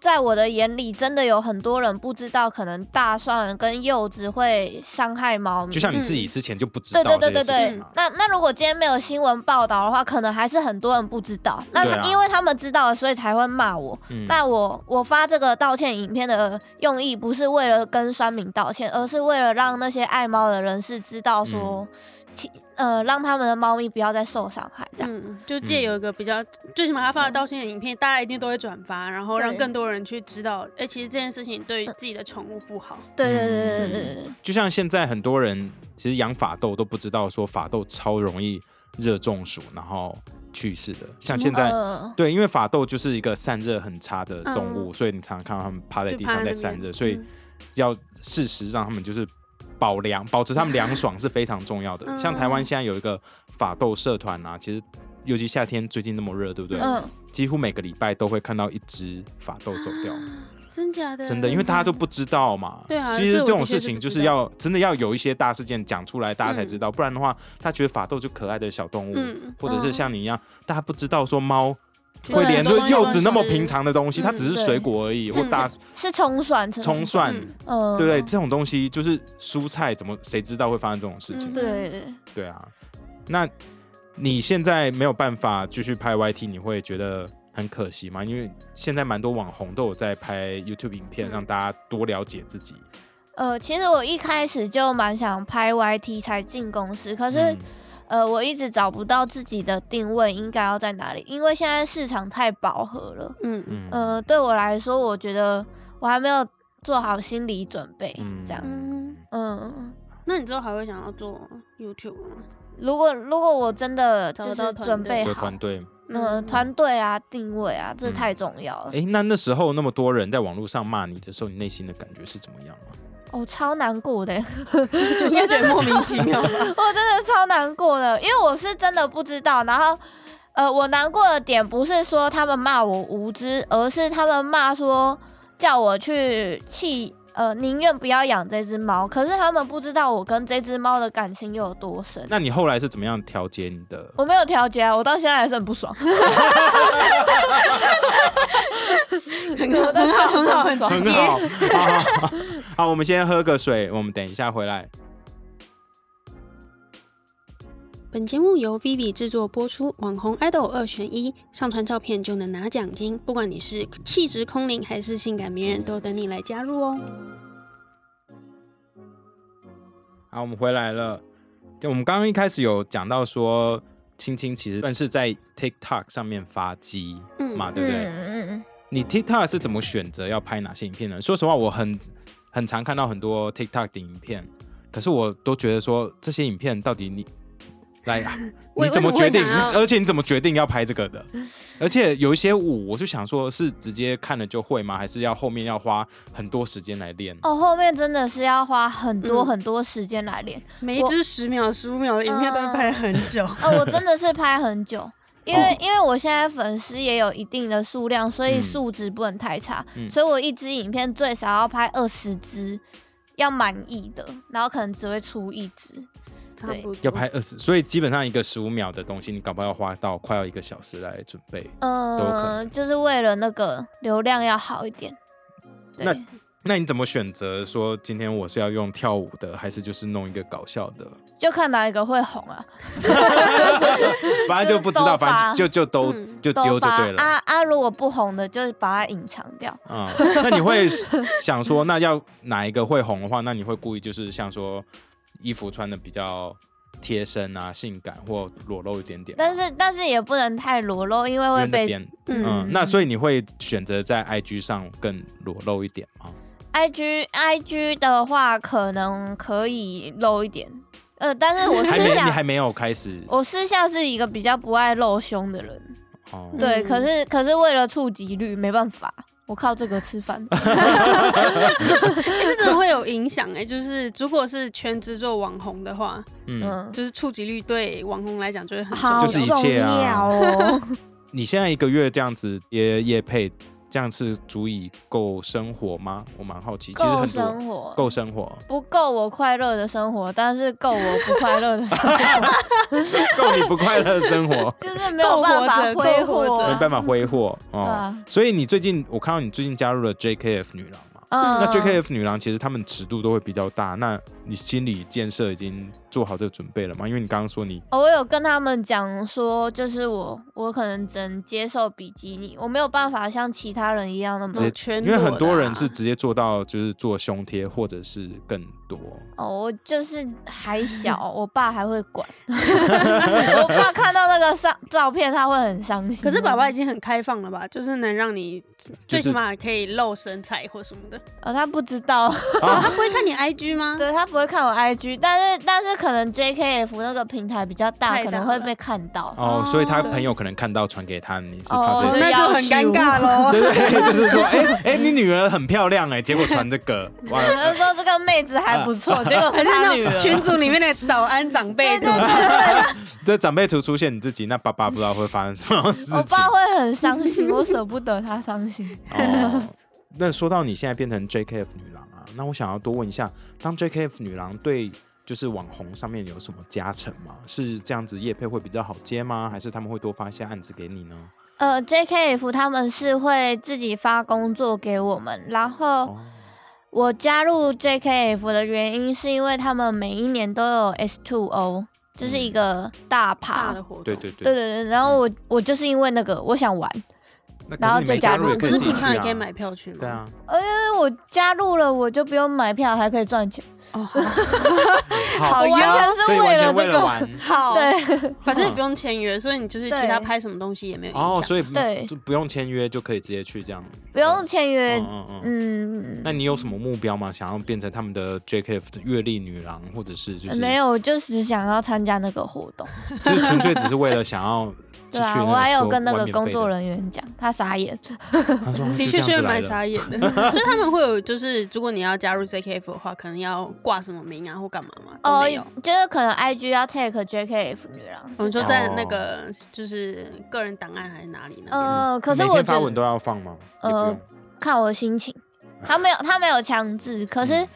Speaker 3: 在我的眼里，真的有很多人不知道，可能大蒜跟柚子会伤害猫咪，
Speaker 1: 就像你自己之前就不知道这
Speaker 3: 嗯对对
Speaker 1: 些
Speaker 3: 对
Speaker 1: 事
Speaker 3: 对
Speaker 1: 情
Speaker 3: 对
Speaker 1: 嘛。
Speaker 3: 那那如果今天没有新闻报道的话，可能还是很多人不知道。那
Speaker 1: 对啊
Speaker 3: 他、因为他们知道了，所以才会骂我。
Speaker 1: 嗯
Speaker 3: 那我我发这个道歉影片的用意，不是为了跟酸民道歉，而是为了让那些爱猫的人士知道说，
Speaker 1: 嗯
Speaker 3: 其呃让他们的猫咪不要再受伤害。这样，
Speaker 2: 嗯，就借有一个比较，最起码他发的道歉的影片，大家一定都会转发，然后让
Speaker 3: 对
Speaker 2: 更多人去知道，哎，其实这件事情对自己的宠物不好。
Speaker 3: 对对对对对对对，
Speaker 1: 就像现在很多人其实养法斗都不知道说法斗超容易热中暑，然后去世的。像现在
Speaker 3: 呃嗯
Speaker 1: 对，因为法斗就是一个散热很差的动物，所以你常常看到它们趴在地上在散热，所以
Speaker 2: 嗯
Speaker 1: 要适时让它们就是保凉，保持它们凉爽是非常重要的。
Speaker 2: <laughs> 嗯
Speaker 1: 像台湾现在有一个法斗社团啊，其实尤其夏天最近那么热，对不对？
Speaker 3: 嗯，
Speaker 1: 几乎每个礼拜都会看到一只法斗走
Speaker 2: <gasps>
Speaker 1: 掉，
Speaker 2: 真假的？嗯
Speaker 1: 真的，因为大家都不知道嘛。
Speaker 2: <laughs> 对啊
Speaker 1: 其实
Speaker 2: 这
Speaker 1: 这
Speaker 2: 我
Speaker 1: 种
Speaker 2: 的确
Speaker 1: 事
Speaker 2: 是
Speaker 1: 情
Speaker 2: 不
Speaker 1: 就是
Speaker 2: 知道
Speaker 1: 要真的要有一些大事件讲出来，大家才
Speaker 2: 嗯
Speaker 1: 知道，不然的话，他觉得法斗就可爱的小动物，
Speaker 2: 嗯
Speaker 1: 或者是像你一样，大家不知道说猫
Speaker 3: 去
Speaker 1: 会
Speaker 3: 对
Speaker 1: 连
Speaker 3: 很多
Speaker 1: 就
Speaker 3: 东西
Speaker 1: 柚
Speaker 3: 都
Speaker 1: 子那么
Speaker 3: 吃
Speaker 1: 平常的东西，它只是
Speaker 3: 对
Speaker 1: 水果而已，或
Speaker 2: 嗯
Speaker 1: 大
Speaker 3: 是葱蒜，
Speaker 1: 葱蒜，
Speaker 2: 嗯
Speaker 3: 嗯，
Speaker 1: 对不对？这种东西就是蔬菜，怎么谁知道会发生这种事情？
Speaker 2: 嗯
Speaker 3: 对对
Speaker 1: 对啊，那你现在没有办法继续拍 YT，你会觉得很可惜吗？因为现在蛮多网红都有在拍 YouTube 影片，
Speaker 2: 嗯
Speaker 1: 让大家多了解自己。
Speaker 3: 呃，其实我一开始就蛮想拍 YT 才进公司，可是、
Speaker 1: 嗯
Speaker 3: 呃，我一直找不到自己的定位应该要在哪里，因为现在市场太饱和了。
Speaker 2: 嗯
Speaker 1: 嗯
Speaker 3: 呃，对我来说，我觉得我还没有做好心理准备，
Speaker 1: 嗯
Speaker 3: 这样，
Speaker 2: 嗯，
Speaker 3: 嗯。
Speaker 2: 那你之后还会想要做 YouTube 吗？
Speaker 3: 如果如果我真的就
Speaker 2: 找
Speaker 3: 是
Speaker 2: 到团
Speaker 3: 准备
Speaker 1: 对
Speaker 3: 好
Speaker 1: 团，队，
Speaker 3: 嗯，团队啊、定位啊，这
Speaker 1: 嗯
Speaker 3: 太重要了。
Speaker 1: 哎，那那时候那么多人在网络上骂你的时候，你内心的感觉是怎么样啊？
Speaker 3: 我、哦超难过的，
Speaker 2: <laughs> 就应该觉得莫名其妙 <laughs> 吧？
Speaker 3: <laughs> 我真的超难过的，因为我是真的不知道。然后，呃，我难过的点不是说他们骂我无知，而是他们骂说叫我去弃，呃，宁愿不要养这只猫。可是他们不知道我跟这只猫的感情有多深。
Speaker 1: 那你后来是怎么样调节你的？
Speaker 3: 我没有调节啊，我到现在还是很不爽。
Speaker 2: 很好，很好，很好，很直
Speaker 1: 很
Speaker 2: 接。
Speaker 1: <laughs> 好，好好好好，我们先喝个水，我们等一下回来。
Speaker 2: <laughs> 本节目由 Vivi 制作播出，网红 idol 二选一，上传照片就能拿奖金，不管你是气质空灵还是性感迷人，都等你来加入哦。
Speaker 1: 好，我们回来了。就我们刚刚一开始有讲到说，青青其实算是在 TikTok 上面发迹
Speaker 2: 嗯
Speaker 1: 嘛，对不对？
Speaker 3: 嗯嗯
Speaker 1: 你 TikTok 是怎么选择要拍哪些影片呢？说实话，我很很常看到很多 TikTok 的影片，可是我都觉得说这些影片到底你
Speaker 2: <laughs>
Speaker 1: 来
Speaker 2: 为
Speaker 1: 你怎么
Speaker 2: 为什么
Speaker 1: 决
Speaker 2: 会
Speaker 1: 定？
Speaker 2: 想要
Speaker 1: 而且你怎么决定要拍这个的？而且有一些舞，我就想说是直接看了就会吗？还是要后面要花很多时间来练？
Speaker 3: 哦，后面真的是要花很多
Speaker 2: 嗯
Speaker 3: 很多时间来练。
Speaker 2: 每一支十秒、十五秒的影片都会拍很 <laughs> 久。
Speaker 3: 啊，我真的是拍很久，因为、因为我现在粉丝也有一定的数量，所以
Speaker 1: 哦嗯
Speaker 3: 素质不能太差，
Speaker 1: 嗯
Speaker 3: 所以我一支影片最少要拍二十支，要满意的，然后可能只会出一支。
Speaker 2: 差不多
Speaker 1: 要拍二十，所以基本上一个十五秒的东西，你搞不好要花到快要一个小时来准备。
Speaker 3: 嗯、
Speaker 1: 都有可能
Speaker 3: 就是为了那个流量要好一点。
Speaker 1: 那
Speaker 3: 对，
Speaker 1: 那你怎么选择说今天我是要用跳舞的，还是就是弄一个搞笑
Speaker 3: <laughs>
Speaker 1: 的？
Speaker 3: 就看哪一个会红啊，
Speaker 1: 反正就不知道，
Speaker 3: 都发
Speaker 1: 反正就就都
Speaker 2: 嗯
Speaker 1: 就
Speaker 3: 都
Speaker 1: 丢就
Speaker 3: 发
Speaker 1: 对了。
Speaker 3: 啊啊！如果不红的，就是把它隐藏掉。
Speaker 1: 嗯，那你会想说，那要哪一个会红的话，那你会故意就是像说衣服穿的比较贴身啊、性感或裸露一点点吗。啊
Speaker 3: 但是但是也不能太裸露，因为
Speaker 1: 因为
Speaker 3: 会
Speaker 1: 那
Speaker 3: 被
Speaker 1: 边，
Speaker 2: 嗯，
Speaker 1: 嗯，那所以你会选择在 IG 上更裸露一点吗？
Speaker 3: I G I G 的话，可能可以露一点，呃，但是我
Speaker 1: 还没，
Speaker 3: 私
Speaker 1: 你
Speaker 3: 下
Speaker 1: 还没有开始
Speaker 3: 我私下是一个比较不爱露胸的人，
Speaker 1: 哦。
Speaker 3: 对，
Speaker 2: 嗯
Speaker 3: 可是可是为了触及率没办法，我靠这个
Speaker 1: <laughs>
Speaker 3: 吃饭，
Speaker 2: 欸这真的会有影响哎、就是如果是全职做网红的话，
Speaker 1: 嗯，
Speaker 3: 嗯，
Speaker 2: 就是触及率对网红来讲就会很重
Speaker 3: 好
Speaker 1: <laughs>
Speaker 2: 要。
Speaker 1: 就是一
Speaker 3: 重
Speaker 1: 切啊
Speaker 3: 要
Speaker 2: <laughs>
Speaker 3: 哦，
Speaker 1: 你现在一个月这样子接业配，这样是足以够生活吗？我蛮好奇，其实
Speaker 3: 够
Speaker 1: 很多
Speaker 3: 生活，
Speaker 1: 够生活， <laughs>
Speaker 3: 不够我快乐的生活，但是够我不快乐的生活，，
Speaker 1: 够你不快乐的生活
Speaker 3: 就是没有办法
Speaker 2: 够活
Speaker 3: 挥
Speaker 2: 着
Speaker 3: 霍
Speaker 2: 够活
Speaker 3: 啊，
Speaker 2: 着
Speaker 1: 没办法挥霍
Speaker 3: 对
Speaker 1: 哦。
Speaker 3: 啊，
Speaker 1: 所以你最近我看到你最近加入了 JKF 女郎嘛？
Speaker 3: 嗯，
Speaker 1: 那 JKF 女郎其实他们尺度都会比较大，那你心理建设已经做好这个准备了吗？因为你刚刚说你
Speaker 3: 哦我有跟他们讲说，就是我我可能只能接受比基尼，我没有办法像其他人一样那
Speaker 1: 直接
Speaker 3: 么。
Speaker 2: 全
Speaker 1: 因
Speaker 2: 裸的
Speaker 1: 为
Speaker 2: 啊
Speaker 1: 很多人是直接做到就是做胸贴或者是更多，
Speaker 3: 哦，我就是还小，我爸还会管。 <laughs> 我爸看到那个上照片，他会很伤心。
Speaker 2: 可是爸爸已经很开放了吧？就是能让你最起码可以露身材或什么的。
Speaker 3: 哦，他不知道， <laughs>
Speaker 2: 啊，他不会看你 IG 吗？
Speaker 3: 对他不会看我 IG，但是但是可能 JKF 那个平台比较大，
Speaker 2: 太大
Speaker 3: 可能会被看到。 <laughs>
Speaker 1: 哦，所以他
Speaker 2: 对
Speaker 1: 朋友可能看到传给他，你是
Speaker 3: 哦
Speaker 1: 靠这
Speaker 3: 我
Speaker 1: 些
Speaker 3: 是。
Speaker 2: 那就很尴尬喽。
Speaker 1: <laughs> 对对，就是说，哎、哎、你女儿很漂亮哎、结果传这个，哇，
Speaker 3: 有人说这个妹子还不错，结
Speaker 2: <laughs>
Speaker 3: 果
Speaker 2: 还是
Speaker 3: 是他
Speaker 2: 那
Speaker 3: 女儿
Speaker 2: 种。群组里面的早安长辈
Speaker 3: 对
Speaker 2: 图
Speaker 3: 对，对对
Speaker 1: 这长辈图出现你自己，那爸爸不知道会发生什么事
Speaker 3: 我
Speaker 1: 情
Speaker 3: 爸。会很伤心，我舍不得他伤心。
Speaker 1: 哦， <laughs> 那说到你现在变成 JKF 女郎啊，那我想要多问一下，当 JKF 女郎对就是网红上面有什么加成吗？是这样子业配会比较好接吗？还是他们会多发一些案子给你呢？
Speaker 3: 呃，JKF 他们是会自己发工作给我们，然后
Speaker 1: 哦
Speaker 3: 我加入 JKF 的原因是因为他们每一年都有 S2O，这是一个大
Speaker 2: 大
Speaker 3: 趴
Speaker 2: 的，活动，
Speaker 1: 哦对对嗯对嗯
Speaker 3: 对对对，然后我我就是因为那个我想玩，
Speaker 1: 那
Speaker 3: 然后
Speaker 1: 可是你
Speaker 3: 就
Speaker 1: 没
Speaker 3: 假
Speaker 1: 加
Speaker 3: 如
Speaker 1: 入也
Speaker 2: 不
Speaker 1: 可以
Speaker 2: 是
Speaker 1: 自己
Speaker 2: 平
Speaker 1: 去
Speaker 2: 常也
Speaker 1: 啊
Speaker 2: 可以买票去吗？
Speaker 1: 对啊，
Speaker 3: 呃，因为我加入了我就不用买票还可以赚钱，
Speaker 1: <laughs>
Speaker 2: 哦，好，
Speaker 1: 好
Speaker 3: 我完
Speaker 2: 哟
Speaker 3: 全
Speaker 1: 所以
Speaker 3: 是
Speaker 1: 完
Speaker 3: 为
Speaker 1: 全
Speaker 3: 了
Speaker 1: 为
Speaker 3: 这
Speaker 1: 了
Speaker 3: 个，
Speaker 1: 玩。
Speaker 2: 好，
Speaker 3: 对
Speaker 2: 反正也不用签约，所以你就是其他
Speaker 3: 对
Speaker 2: 拍什么东西也没有
Speaker 1: 哦
Speaker 2: 影，
Speaker 3: <laughs>
Speaker 2: 响。
Speaker 1: 所以
Speaker 3: 对
Speaker 1: 就不用签约就可以直接去这样。
Speaker 3: 不用签约
Speaker 1: 嗯，嗯嗯。
Speaker 3: 嗯，
Speaker 1: 那你有什么目标吗？想要变成他们的 JKF 的阅历女郎，或者是就是
Speaker 3: 呃没，有，我就只想要参加那个活动。
Speaker 1: 就是 <laughs> 纯粹只是为了想要就
Speaker 3: 对
Speaker 1: 去
Speaker 3: 啊，
Speaker 1: 那
Speaker 3: 我还有
Speaker 1: 做
Speaker 3: 跟那
Speaker 1: 玩
Speaker 3: 个
Speaker 1: 免
Speaker 3: 工
Speaker 1: 费
Speaker 3: 作
Speaker 1: 的，
Speaker 3: 人员讲，他傻眼。
Speaker 1: <laughs> 他说
Speaker 2: 的
Speaker 1: 嗯就这
Speaker 2: 确
Speaker 1: 样
Speaker 2: 是
Speaker 1: 子来
Speaker 2: 蛮
Speaker 1: 了
Speaker 2: 傻眼
Speaker 1: <laughs>
Speaker 2: 的，所以他们会有就是，如果你要加入 JKF 的话，可能要挂什么名啊或干嘛嘛，
Speaker 3: 哦
Speaker 2: 都没有。
Speaker 3: 就是可能 IG 要 take JKF 女郎。
Speaker 2: 我们说在
Speaker 1: 哦
Speaker 2: 那个就是个人档案还是哪里那边，
Speaker 3: 呃，可
Speaker 1: 嗯
Speaker 3: 是
Speaker 1: 每
Speaker 3: 我
Speaker 1: 天发
Speaker 3: 觉
Speaker 1: 文都
Speaker 3: 得
Speaker 1: 要放吗？也不
Speaker 3: 呃
Speaker 1: 用
Speaker 3: 看我
Speaker 1: <laughs>
Speaker 3: 心情，他没有他没有强制，可是。
Speaker 1: 嗯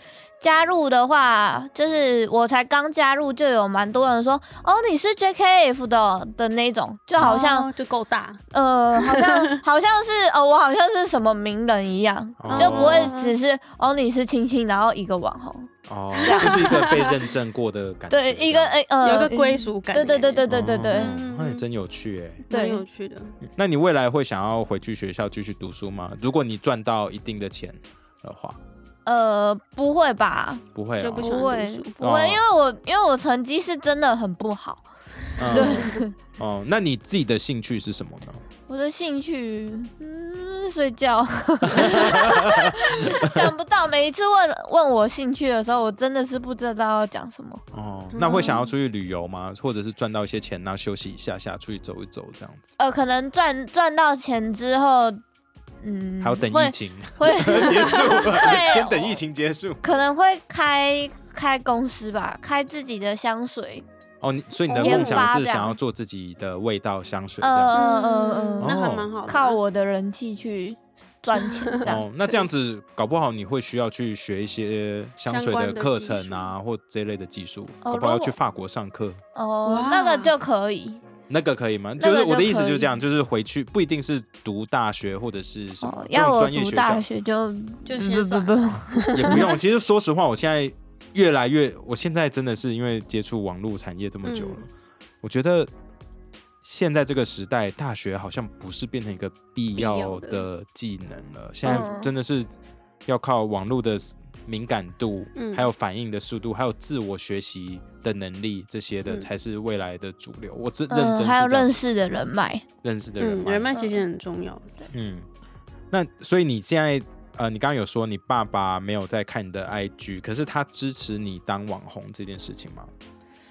Speaker 3: 加入的话，就是我才刚加入，就有蛮多人说，哦，你是 JKF 的的那种，就好像、
Speaker 2: 哦就够大，
Speaker 3: 呃，
Speaker 2: <laughs>
Speaker 3: 好像好像是哦，我好像是什么名人一样，
Speaker 1: 哦
Speaker 3: 就不会只是哦你是青青，然后一个网红，
Speaker 1: 哦，就是一个被认证过的感觉这
Speaker 3: 对，
Speaker 1: 样。
Speaker 3: 一个哎呃
Speaker 2: 有一个归属感。
Speaker 3: 对对对对对对对
Speaker 1: 哦，
Speaker 3: 嗯
Speaker 1: 那也真有趣哎。
Speaker 2: 蛮
Speaker 3: 对
Speaker 2: 有趣的。
Speaker 1: 那你未来会想要回去学校继续读书吗？如果你赚到一定的钱的话，
Speaker 3: 呃不会吧，
Speaker 1: 不会
Speaker 2: 就
Speaker 1: 哦
Speaker 2: 不。喜欢
Speaker 3: 不会
Speaker 2: 读书
Speaker 3: 不
Speaker 1: 哦
Speaker 3: 会，因为我因为我成绩是真的很不好，
Speaker 1: 嗯哦，那你自己的兴趣是什么呢？
Speaker 3: 我的兴趣嗯睡觉， <laughs> 想不到每一次问问我兴趣的时候，我真的是不知道要讲什么。
Speaker 1: 哦，
Speaker 3: 嗯
Speaker 1: 那会想要出去旅游吗？或者是赚到一些钱，然后休息一下下，出去走一走这样子？
Speaker 3: 呃，可能赚赚到钱之后，嗯，
Speaker 1: 还要等
Speaker 3: 会
Speaker 1: 疫情
Speaker 3: 会
Speaker 1: <laughs>
Speaker 3: <laughs>
Speaker 1: 结束，
Speaker 3: 对哦
Speaker 1: 先等疫情结束。
Speaker 3: 可能会开开公司吧，开自己的香水。
Speaker 1: 哦，你所以你的
Speaker 3: 哦
Speaker 1: 梦想
Speaker 3: 研发
Speaker 1: 是
Speaker 3: 这样
Speaker 1: 想要做自己的味道香水
Speaker 3: 呃
Speaker 1: 这样。
Speaker 3: 呃
Speaker 2: 嗯
Speaker 3: 呃，
Speaker 2: 那
Speaker 3: 呃
Speaker 2: 还蛮好的啊。
Speaker 3: 靠我的人气去赚钱
Speaker 2: <laughs>
Speaker 3: 这样。
Speaker 1: 哦，那这样子搞不好你会需要去学一些香水课程啊，或这类的技术，
Speaker 3: 哦
Speaker 1: 搞不好要
Speaker 3: 如果
Speaker 1: 去法国上课，
Speaker 3: 哦
Speaker 2: 哇，
Speaker 3: 那个就可以。哦
Speaker 1: 那个可以吗？
Speaker 3: 那
Speaker 1: 就
Speaker 3: 个
Speaker 1: 是我的意思
Speaker 3: 就可以
Speaker 1: 就是这样，就是回去不一定是读大学或者是什么
Speaker 3: 哦，
Speaker 1: 这种
Speaker 3: 要我
Speaker 1: 专业
Speaker 3: 读
Speaker 1: 学
Speaker 3: 大
Speaker 1: 校
Speaker 3: 学就
Speaker 2: 就
Speaker 3: 嗯
Speaker 2: 先
Speaker 3: 不
Speaker 2: 算
Speaker 3: 不不，
Speaker 1: <laughs> 也不用。其实说实话，我现在越来越，我现在真的是因为接触网络产业这么久了，我觉得现在这个时代，大学好像不是变成一个必
Speaker 2: 必要
Speaker 1: 要
Speaker 2: 的
Speaker 1: 的技能了。现在
Speaker 3: 嗯
Speaker 1: 真的是要靠网络的敏感度，
Speaker 2: 嗯
Speaker 1: 还有反应的速度，还有自我学习的能力，这些的
Speaker 2: 嗯
Speaker 1: 才是未来的主流。我真认真
Speaker 3: 嗯，
Speaker 1: 是
Speaker 3: 还有
Speaker 1: 这样
Speaker 3: 认识的人脉。
Speaker 1: 认识的人
Speaker 2: 嗯，
Speaker 1: 脉，
Speaker 2: 人脉其实很重要。对
Speaker 1: 嗯，那所以你现在呃，你刚刚有说你爸爸没有在看你的 IG，可是他支持你当网红这件事情吗？。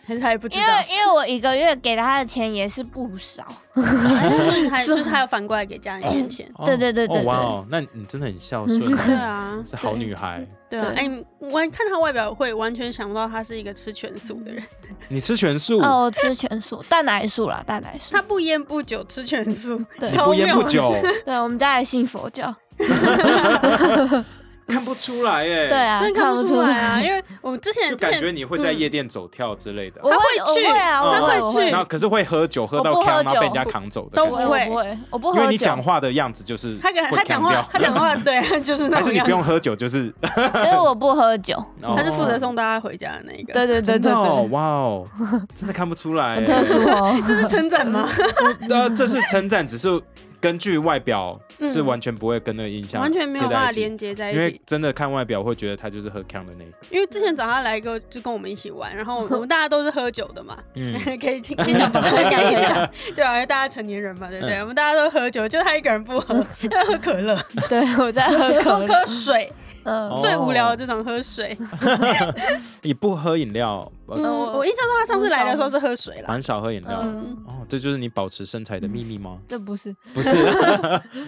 Speaker 2: 还是他也不知
Speaker 3: 因
Speaker 2: 道
Speaker 3: 为，因为我一个月给他的钱也是不少， <laughs>
Speaker 2: 就是还就是还有反过来给家人捐钱
Speaker 1: <laughs> 哦
Speaker 3: 对对对对
Speaker 1: 哦
Speaker 3: 对
Speaker 1: 哇哦，那你真的很孝顺欸，
Speaker 2: <laughs> 对啊，
Speaker 1: 是好女孩。
Speaker 2: 对啊，
Speaker 3: 对
Speaker 2: 哎，完看他外表会完全想不到他是一个吃全素的人，
Speaker 1: 你吃全素，
Speaker 3: 哦，我吃全素，蛋奶素啦，蛋奶素
Speaker 2: 他。不烟不酒，吃全素，
Speaker 3: 对
Speaker 1: 你
Speaker 2: 超
Speaker 1: 不烟
Speaker 2: 妙
Speaker 1: 不，酒，
Speaker 3: 对，我们家也信佛教。
Speaker 1: 看不出来
Speaker 2: <laughs>
Speaker 1: 哎。
Speaker 3: 对，啊，
Speaker 2: 真的看
Speaker 3: 看
Speaker 2: 不出
Speaker 3: 出
Speaker 2: 来啊，。因为我之前
Speaker 1: <laughs> 就
Speaker 2: 之
Speaker 1: 感觉
Speaker 2: 前
Speaker 1: 你会在夜店走跳之类的
Speaker 3: 我。
Speaker 2: 他
Speaker 3: 会
Speaker 2: 会
Speaker 3: 我
Speaker 2: 去
Speaker 3: 会啊，
Speaker 1: 嗯
Speaker 3: 我
Speaker 1: 他
Speaker 2: 会去
Speaker 1: 然后可是会喝酒，喝到
Speaker 3: 我不喝
Speaker 1: 呛，然后被人
Speaker 3: 酒
Speaker 1: 家扛走的
Speaker 2: 都
Speaker 1: 感
Speaker 3: 我
Speaker 1: 觉，
Speaker 2: 不会
Speaker 3: 我不会，我不
Speaker 1: 因为
Speaker 3: 喝
Speaker 1: 你
Speaker 3: 酒，
Speaker 1: 讲话的样子就是
Speaker 2: 他讲
Speaker 1: 会
Speaker 2: 他讲
Speaker 1: 呛
Speaker 2: 话
Speaker 1: 掉
Speaker 2: 他
Speaker 1: <laughs>
Speaker 2: 讲话，对，他就是那
Speaker 1: 还是
Speaker 2: 种
Speaker 1: 你
Speaker 2: 样
Speaker 1: 不用
Speaker 2: 子，
Speaker 1: 喝酒，就是哦
Speaker 3: 就是我不喝酒。
Speaker 2: 他
Speaker 1: 他
Speaker 2: 是负责送大家回家的那一个，
Speaker 3: 对 <laughs> 对对
Speaker 1: 真
Speaker 3: 对
Speaker 1: 的哦，
Speaker 3: 对，
Speaker 1: 哇哦，
Speaker 3: <laughs>
Speaker 1: 真的看不出来
Speaker 3: 很特殊
Speaker 1: 欸。
Speaker 3: 哦。
Speaker 2: 这是称赞吗？
Speaker 1: <laughs> 呃，这是称赞，只是根据外表
Speaker 3: 嗯
Speaker 1: 是完全不会跟那个印象
Speaker 2: 完全没有办法
Speaker 1: 贴在一
Speaker 2: 连接在
Speaker 1: 起，
Speaker 2: 一
Speaker 1: 因
Speaker 2: 起
Speaker 1: 为。真的看外表会觉得他就是喝康的那个。
Speaker 2: 因为之前找他来个就跟我们一起玩，然后
Speaker 1: <laughs>
Speaker 2: 我们大家都是喝酒的嘛，
Speaker 1: 嗯，
Speaker 2: <laughs> 可以请可以讲吧，
Speaker 3: 可以
Speaker 1: <laughs>
Speaker 3: 讲可以讲，
Speaker 2: 对啊，因为大家成年人嘛，对不
Speaker 1: 嗯
Speaker 2: 对？我们大家都喝酒，就他一个人不
Speaker 1: <laughs>
Speaker 2: 喝，他喝可乐，
Speaker 3: 对，我在喝可 <laughs> 乐。
Speaker 2: 喝水，
Speaker 3: 嗯
Speaker 1: 哦
Speaker 2: 最无聊的这种喝水。
Speaker 1: 你不喝饮料，呃
Speaker 2: 嗯，
Speaker 3: 我
Speaker 2: 我印象中他上次来的时候是喝水啦。
Speaker 1: 蛮少喝饮料。
Speaker 3: 嗯，
Speaker 1: 哦，这就是你保持身材的秘密吗？
Speaker 3: 这不是，
Speaker 1: 不
Speaker 3: <laughs>
Speaker 1: 是，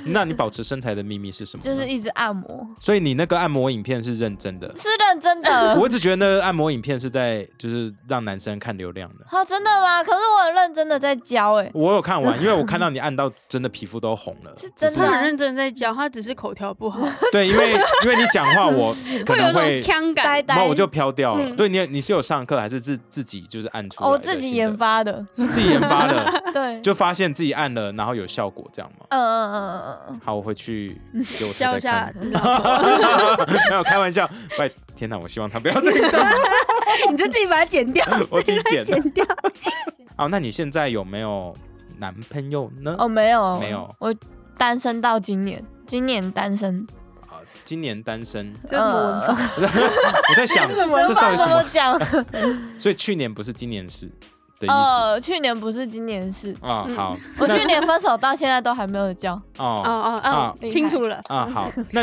Speaker 1: 那你保持身材的秘密是什么呢？
Speaker 3: 就是一直按摩，
Speaker 1: 所以你那个按摩影片是认真
Speaker 3: <laughs>
Speaker 1: 的。
Speaker 3: 是认真的。
Speaker 1: 我一直觉得那个按摩影片是在就是让男生看流量的。
Speaker 3: 哦，真的吗？可是我很认真的在教，哎，
Speaker 1: 我有看完，因为我看到你按到真的皮肤都红了，
Speaker 3: <laughs> 是真
Speaker 1: 只
Speaker 2: 他
Speaker 3: 的
Speaker 2: 很认真在教，他只是口条不好，
Speaker 1: <laughs> 对，因为因为你讲话我可
Speaker 2: 有
Speaker 1: 能
Speaker 2: 一种
Speaker 1: 会，
Speaker 2: 腔
Speaker 3: 呆
Speaker 2: 感。
Speaker 3: 呆，
Speaker 1: 那我就飘掉了。
Speaker 2: 嗯
Speaker 1: 对你，你是有上课还是自自己就是按出来
Speaker 3: 哦，
Speaker 1: 的
Speaker 3: 自己
Speaker 1: 新
Speaker 3: 研
Speaker 1: 的
Speaker 3: 发的，
Speaker 1: 自己研发的，
Speaker 3: <laughs> 对，
Speaker 1: 就发现自己按了，然后有效果这样吗？
Speaker 3: 嗯嗯嗯嗯嗯，
Speaker 1: 好，我回去给我太
Speaker 2: 教
Speaker 1: 太
Speaker 2: 一下
Speaker 1: 看。 <laughs>
Speaker 2: 你老婆，
Speaker 1: 没有开玩笑，喂，天哪！我希望他不要听到，
Speaker 2: 你就自己把它剪掉，
Speaker 1: <laughs> 我自己
Speaker 2: 把它
Speaker 1: 剪的。
Speaker 2: 剪掉。
Speaker 1: 哦，那你现在有没有男朋友呢？
Speaker 3: 哦，没有
Speaker 1: 没有
Speaker 3: 我单身到今年，今年单身，
Speaker 1: 啊今年单身， <laughs>
Speaker 2: 这是什么文法
Speaker 3: 法？
Speaker 1: 我在
Speaker 3: <laughs>
Speaker 1: 想
Speaker 3: 呃
Speaker 1: 这到底什
Speaker 3: 怎么
Speaker 1: 么？
Speaker 3: 讲？
Speaker 1: 所以去年不是今年是的意思
Speaker 3: 呃，去年不是今年是，
Speaker 1: 啊。
Speaker 2: 嗯
Speaker 1: 好，
Speaker 3: 我去年分手到现在都还没有交。
Speaker 2: 哦
Speaker 1: 哦
Speaker 2: 哦
Speaker 1: 啊
Speaker 2: 哦，清楚了。
Speaker 3: 嗯
Speaker 1: 啊，好，
Speaker 3: <laughs>
Speaker 1: 那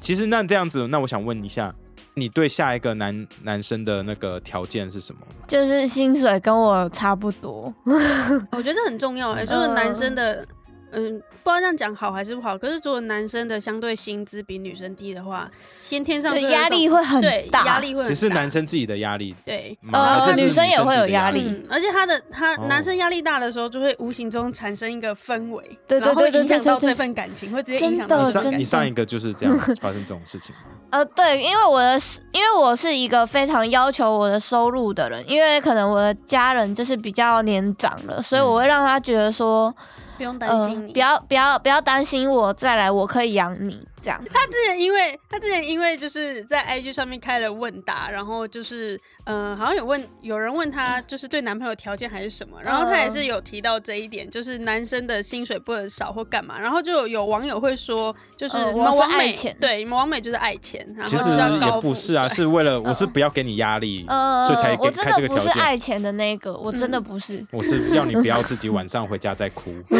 Speaker 1: 其实那这样子，那我想问一下，你对下一个男男生的那个条件是什么？
Speaker 3: 就是薪水跟我差不多，
Speaker 2: 我觉得这很重要哎、就是男生的，嗯，不知道这样讲好还是不好。可是如果男生的相对薪资比女生低的话，先天上
Speaker 3: 就
Speaker 2: 就有一种
Speaker 3: 压力会很
Speaker 2: 对
Speaker 3: 大，
Speaker 2: 压力会很大
Speaker 1: 只是男生自己的压力
Speaker 2: 对。
Speaker 1: 吗？
Speaker 3: 呃
Speaker 1: 还是是
Speaker 3: 女生也
Speaker 1: 自己的
Speaker 3: 会有压力
Speaker 2: 嗯，而且他的他
Speaker 1: 哦
Speaker 2: 男生压力大的时候，就会无形中产生一个氛围，
Speaker 3: 对对
Speaker 2: 然后会
Speaker 3: 对对
Speaker 2: 影响
Speaker 3: 对对
Speaker 2: 到
Speaker 3: 对
Speaker 2: 这份感情，会直接影响到
Speaker 3: 真
Speaker 1: 你
Speaker 3: 的
Speaker 2: 这份
Speaker 1: 上
Speaker 2: 感
Speaker 1: 你
Speaker 2: 情。
Speaker 1: 上一个就是
Speaker 3: <laughs>
Speaker 1: 这样发生这种事情，
Speaker 3: 呃，对，因为我的是，因为我是一个非常要求我的收入的人，因为可能我的家人就是比较年长了，所以我会让他觉得说，
Speaker 2: 不用担
Speaker 3: 呃
Speaker 2: 心，你。
Speaker 3: 不要不要不要担心我再来，我可以养你这样。
Speaker 2: 他之前因为他之前因为就是在 IG 上面开了问答，然后就是嗯、呃好像有问有人问他就是对男朋友条件还是什么，然后他也是有提到这一点，就是男生的薪水不能少或干嘛，然后就有网友会说，就是
Speaker 3: 嗯
Speaker 2: 你
Speaker 3: 我
Speaker 2: 们
Speaker 3: 是
Speaker 2: 王
Speaker 3: 爱
Speaker 2: 美
Speaker 3: 钱
Speaker 2: 对你们王美就是爱钱，然后
Speaker 1: 其
Speaker 2: 就
Speaker 1: 实
Speaker 2: 是要
Speaker 1: 也
Speaker 2: 高
Speaker 1: 不
Speaker 2: 富
Speaker 1: 是啊，
Speaker 2: 帅
Speaker 1: 是为
Speaker 3: <laughs>
Speaker 1: 了我是不要给你压力，
Speaker 3: 嗯呃，
Speaker 1: 所以才
Speaker 3: 我
Speaker 1: 给
Speaker 3: 真
Speaker 1: 开这
Speaker 3: 的
Speaker 1: 个
Speaker 3: 不
Speaker 1: 条
Speaker 3: 是
Speaker 1: 件。
Speaker 3: 爱钱的那个，我真的不是。
Speaker 1: 我是要你不要自己晚上回家再
Speaker 3: <laughs>
Speaker 1: 哭。 <laughs>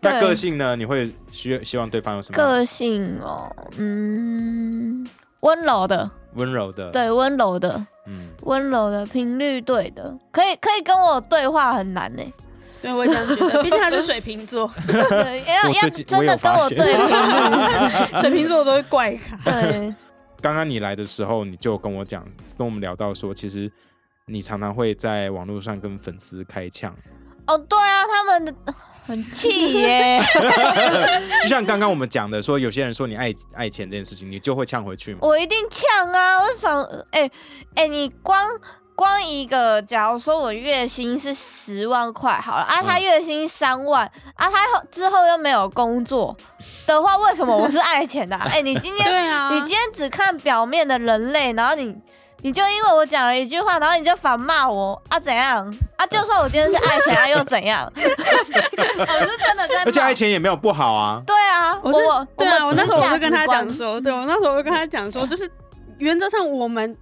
Speaker 1: 那
Speaker 3: 对
Speaker 1: 个性呢？你会需希望对方有什么
Speaker 3: 个性哦，嗯，温柔的，
Speaker 1: 温柔的？，
Speaker 3: 对，温柔的，
Speaker 1: 嗯，
Speaker 3: 温柔的频率对的，可以可以跟我对话很难
Speaker 1: <laughs>
Speaker 3: 呢、
Speaker 2: 对我也这样觉得，毕竟他是水瓶座，
Speaker 3: 对，要
Speaker 1: 我
Speaker 3: 要
Speaker 1: 最近我
Speaker 3: 真
Speaker 1: 有
Speaker 3: 的跟
Speaker 1: 发
Speaker 3: 我
Speaker 1: 现 <laughs>
Speaker 3: 对频率，
Speaker 2: 水瓶座都会怪咖。
Speaker 3: 对，
Speaker 1: 刚刚你来的时候，你就跟我讲，跟我们聊到说，其实你常常会在网络上跟粉丝开呛，
Speaker 3: 哦，对啊，他们的很气耶，
Speaker 1: 就像刚刚我们讲的，说有些人说你爱爱钱这件事情，你就会呛回去嘛。
Speaker 3: 我一定呛啊！我想，哎、哎、你光光一个，假如说我月薪是十万块好了啊，他
Speaker 1: 嗯
Speaker 3: 月薪三万、啊，他后之后又没有工作的话，为什么我是爱
Speaker 2: <laughs>
Speaker 3: 钱的、啊？哎、你今天
Speaker 2: 对啊，
Speaker 3: 你今天只看表面的人类，然后你你就因为我讲了一句话，然后你就反骂我啊？怎样
Speaker 2: 呃
Speaker 3: 啊？就算我今天是爱钱啊，又怎
Speaker 2: <laughs>
Speaker 3: 样？我是真的在骂，
Speaker 1: 而且爱钱也没有不好啊，
Speaker 3: 对啊，
Speaker 2: 我是
Speaker 3: 我
Speaker 2: 对啊，我那时候我就跟他讲
Speaker 3: 说。
Speaker 2: 说，对我那时候我就跟他讲说，就是原则上我们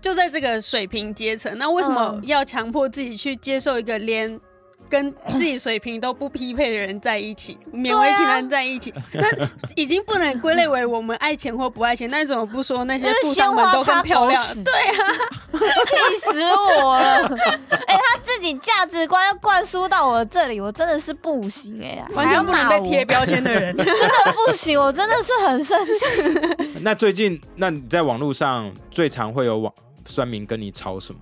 Speaker 2: 就在这个水平阶层，那为什么
Speaker 3: 嗯
Speaker 2: 要强迫自己去接受一个连？跟自己水平都不匹配的人在一 <laughs> 起，勉为其难在一起，那已经不能归类为我们爱钱或不爱钱。那你怎么不说那些
Speaker 3: 就是
Speaker 2: 富
Speaker 3: 鲜
Speaker 2: 商们
Speaker 3: 花
Speaker 2: 都
Speaker 3: 插
Speaker 2: 更漂 <laughs>
Speaker 3: 狗
Speaker 2: 亮？
Speaker 3: 屎
Speaker 2: 对啊，
Speaker 3: <laughs> 气死我了！ <laughs> 哎、他自己价值观要灌输到我这里，我真的是不行哎、呀，
Speaker 2: 完全不能
Speaker 3: 还要
Speaker 2: 被
Speaker 3: 骂我
Speaker 2: 贴，标签的人。
Speaker 3: 真的不行，我真的是很生 <laughs> 气。
Speaker 1: 那最近，那你在网络上最常会有网酸民跟你吵什么？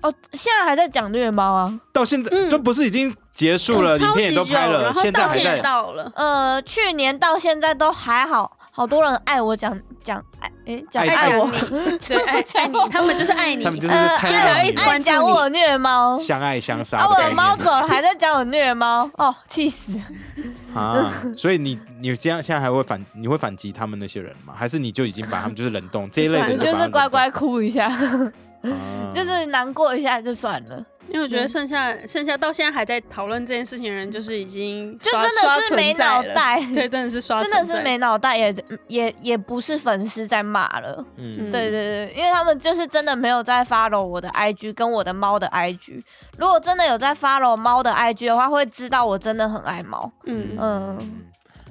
Speaker 3: 哦，现在还在讲虐猫啊？
Speaker 1: 到现在、
Speaker 2: 嗯
Speaker 1: 都不是已经结束了，影
Speaker 2: 超
Speaker 1: 片
Speaker 2: 级
Speaker 1: 也
Speaker 2: 久
Speaker 1: 都，拍了，
Speaker 2: 哦然后
Speaker 1: 现在
Speaker 2: 道
Speaker 1: 还
Speaker 2: 歉
Speaker 1: 在
Speaker 2: 也到了，
Speaker 3: 呃，去年到现在都还好，好多人爱我讲讲爱，哎、讲
Speaker 1: 爱
Speaker 3: 爱
Speaker 2: 讲
Speaker 3: 我
Speaker 2: 你，
Speaker 3: <laughs>
Speaker 2: 对，爱爱你，他们就是爱你，
Speaker 1: 他们就是
Speaker 3: 呃，
Speaker 1: 太爱你
Speaker 3: 爱
Speaker 1: 了
Speaker 3: 爱讲我虐猫。
Speaker 1: 相爱相杀
Speaker 3: 啊！
Speaker 1: 的
Speaker 3: 我
Speaker 1: 概
Speaker 3: 的
Speaker 1: 念
Speaker 3: 猫走了，还在讲我虐猫，哦，
Speaker 1: <laughs>
Speaker 3: 气死！
Speaker 1: 啊！所以你你这样现在还会反你会反击他们那些人吗？还是你就已经把他们就是冷冻这一类的
Speaker 2: 算
Speaker 1: 把
Speaker 2: 了
Speaker 1: 他
Speaker 3: 你
Speaker 1: 冷
Speaker 3: 就
Speaker 1: 冻？
Speaker 3: 是乖乖哭一下，
Speaker 1: 啊，
Speaker 3: 就是难过一下就算了。
Speaker 2: 因为我觉
Speaker 3: 嗯
Speaker 2: 得剩下、剩下到现在还在讨论这件事情的人，就是已经
Speaker 3: 就
Speaker 2: 刷
Speaker 3: 真的
Speaker 2: 刷
Speaker 3: 是
Speaker 2: 存
Speaker 3: 没
Speaker 2: 在
Speaker 3: 脑
Speaker 2: 了
Speaker 3: 袋
Speaker 2: 对，啊真的是刷，
Speaker 3: 真的是。没脑袋也，也也不是粉丝在骂了。
Speaker 1: 嗯
Speaker 2: 嗯
Speaker 3: 对对对，因为他们就是真的没有在 follow 我的 IG 跟我的猫的 IG。如果真的有在 follow 猫的 IG 的话，会知道我真的很爱猫。
Speaker 2: 嗯，
Speaker 3: 嗯，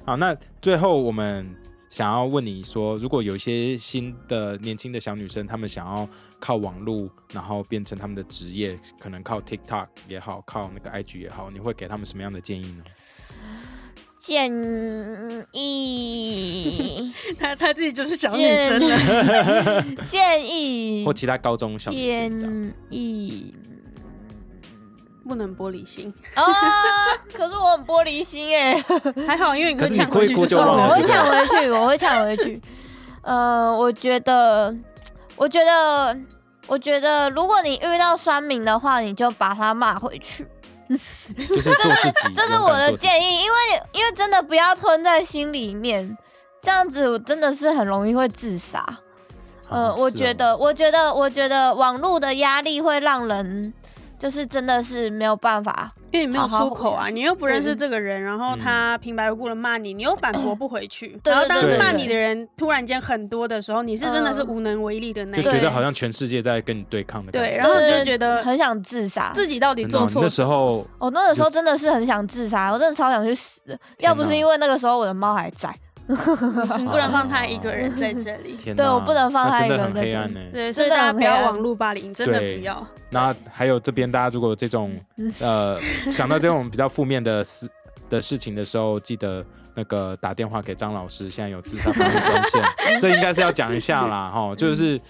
Speaker 1: 好，那最后我们想要问你说，如果有一些新的年轻的小女生，她们想要靠网络，然后变成她们的职业，可能靠 TikTok 也好，靠那个 IG 也好，你会给她们什么样的建议呢？
Speaker 3: 建议
Speaker 2: 她她自己就是小女生
Speaker 3: <laughs>
Speaker 2: 了，
Speaker 3: 建议
Speaker 1: 或其他高中小女生这样？
Speaker 3: 建议
Speaker 2: 不能玻璃心。
Speaker 3: 啊！可是我很玻璃心哎、
Speaker 2: 还好，因为你
Speaker 1: 可
Speaker 2: 会
Speaker 1: 是
Speaker 2: 抢
Speaker 1: 你
Speaker 2: 回
Speaker 1: 哭
Speaker 3: 哦
Speaker 1: 一
Speaker 2: 去
Speaker 1: 哭
Speaker 2: 就
Speaker 1: 就
Speaker 2: 算
Speaker 1: 忘了
Speaker 2: 了
Speaker 3: 我会。抢回去，我会抢回去。呃，我觉得我觉得，我觉得如果你遇到酸民的话，你就把他骂回去，
Speaker 1: 就是做自己，
Speaker 3: 这是
Speaker 1: 勇
Speaker 3: 我
Speaker 1: 敢
Speaker 3: 的
Speaker 1: 做自己
Speaker 3: 建议。因为因为真的不要吞在心里面，这样子我真的是很容易会自杀。呃，
Speaker 1: 哦
Speaker 3: 我
Speaker 1: 是
Speaker 3: 觉
Speaker 1: 哦
Speaker 3: 得，我觉得，我觉得网络的压力会让人就是真的是没有办法。
Speaker 2: 因为你没有
Speaker 3: 好好
Speaker 2: 出口
Speaker 3: 回
Speaker 2: 啊，
Speaker 3: 去
Speaker 2: 你又不认识
Speaker 3: 嗯
Speaker 2: 这个人，然后
Speaker 1: 嗯
Speaker 2: 他平白无故的骂你，你又反驳不回去，
Speaker 3: 对
Speaker 2: 然后
Speaker 3: 对
Speaker 2: 当
Speaker 1: 对
Speaker 2: 骂
Speaker 1: 对
Speaker 2: 你的人突然间很多的时候，你是真的是
Speaker 3: 嗯
Speaker 2: 无能为力的那
Speaker 1: 就
Speaker 2: 一个
Speaker 1: 觉
Speaker 3: 对
Speaker 1: 得好像全世界在跟你对抗的感
Speaker 2: 对，
Speaker 1: 觉。
Speaker 2: 然后你
Speaker 3: 对
Speaker 2: 就觉得
Speaker 3: 很想自杀。
Speaker 2: 呃自己到底
Speaker 1: 真的哦
Speaker 2: 做
Speaker 1: 你
Speaker 2: 错
Speaker 1: 那
Speaker 2: 什
Speaker 1: 时
Speaker 2: 么？
Speaker 1: 候
Speaker 3: 我那个时候真的是很想自杀，我真的超想去死的。要不
Speaker 1: 哪
Speaker 3: 是因为那个时候我的猫还在，
Speaker 1: 啊
Speaker 2: 你不能放他一个人在这里。 <laughs>
Speaker 1: 天
Speaker 3: 对
Speaker 1: 哪
Speaker 3: 我不能放
Speaker 1: 那
Speaker 3: 他一
Speaker 1: 真
Speaker 3: 个
Speaker 1: 的很
Speaker 3: 人
Speaker 1: 黑
Speaker 3: 在
Speaker 1: 暗
Speaker 3: 这
Speaker 1: 呢。
Speaker 2: 对，所以
Speaker 3: 真的
Speaker 2: 大家
Speaker 3: 很
Speaker 2: 不
Speaker 3: 黑
Speaker 2: 要
Speaker 3: 暗
Speaker 2: 网络霸凌，真的
Speaker 1: 对
Speaker 2: 不要。
Speaker 1: 那还有这边，大家如果有这种
Speaker 3: 嗯
Speaker 1: 呃想到这种比较负面的事的事情的时候，记得那个打电话给张老师，现在有自杀防护专
Speaker 3: <laughs>
Speaker 1: 线，这应该是要讲一下
Speaker 3: 嗯
Speaker 1: 啦，哈，就是。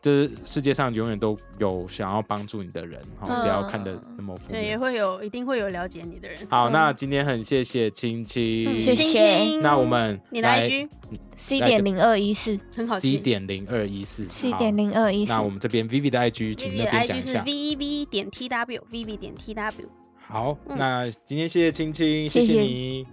Speaker 1: 这世界上永远都有想要帮助你的人，哈、不要看得那么负
Speaker 2: 对，也
Speaker 1: 面。
Speaker 2: 会有，一定会有了解你的人。
Speaker 1: 嗯
Speaker 2: 嗯
Speaker 1: 好，
Speaker 3: 嗯
Speaker 1: 那今天很谢谢青青，
Speaker 3: 谢谢
Speaker 2: 亲亲
Speaker 1: 那我们
Speaker 2: 你
Speaker 1: 来
Speaker 2: 来一句，
Speaker 3: C
Speaker 1: 来
Speaker 3: 点零二一四
Speaker 2: 很好
Speaker 1: C
Speaker 2: 记。
Speaker 1: 点零二一四
Speaker 3: ，C 点。零二一四
Speaker 1: 那。我们这边 Vivi 的 IG，请
Speaker 2: Vivi
Speaker 1: 那
Speaker 2: 的
Speaker 1: 边讲
Speaker 2: IG
Speaker 1: 一
Speaker 2: 是
Speaker 1: 下
Speaker 2: V。E V 点 T W V V 点 T W。
Speaker 1: 好，
Speaker 2: 嗯
Speaker 1: 那今天谢谢青青，
Speaker 3: 谢
Speaker 1: 谢
Speaker 3: 谢
Speaker 1: 你。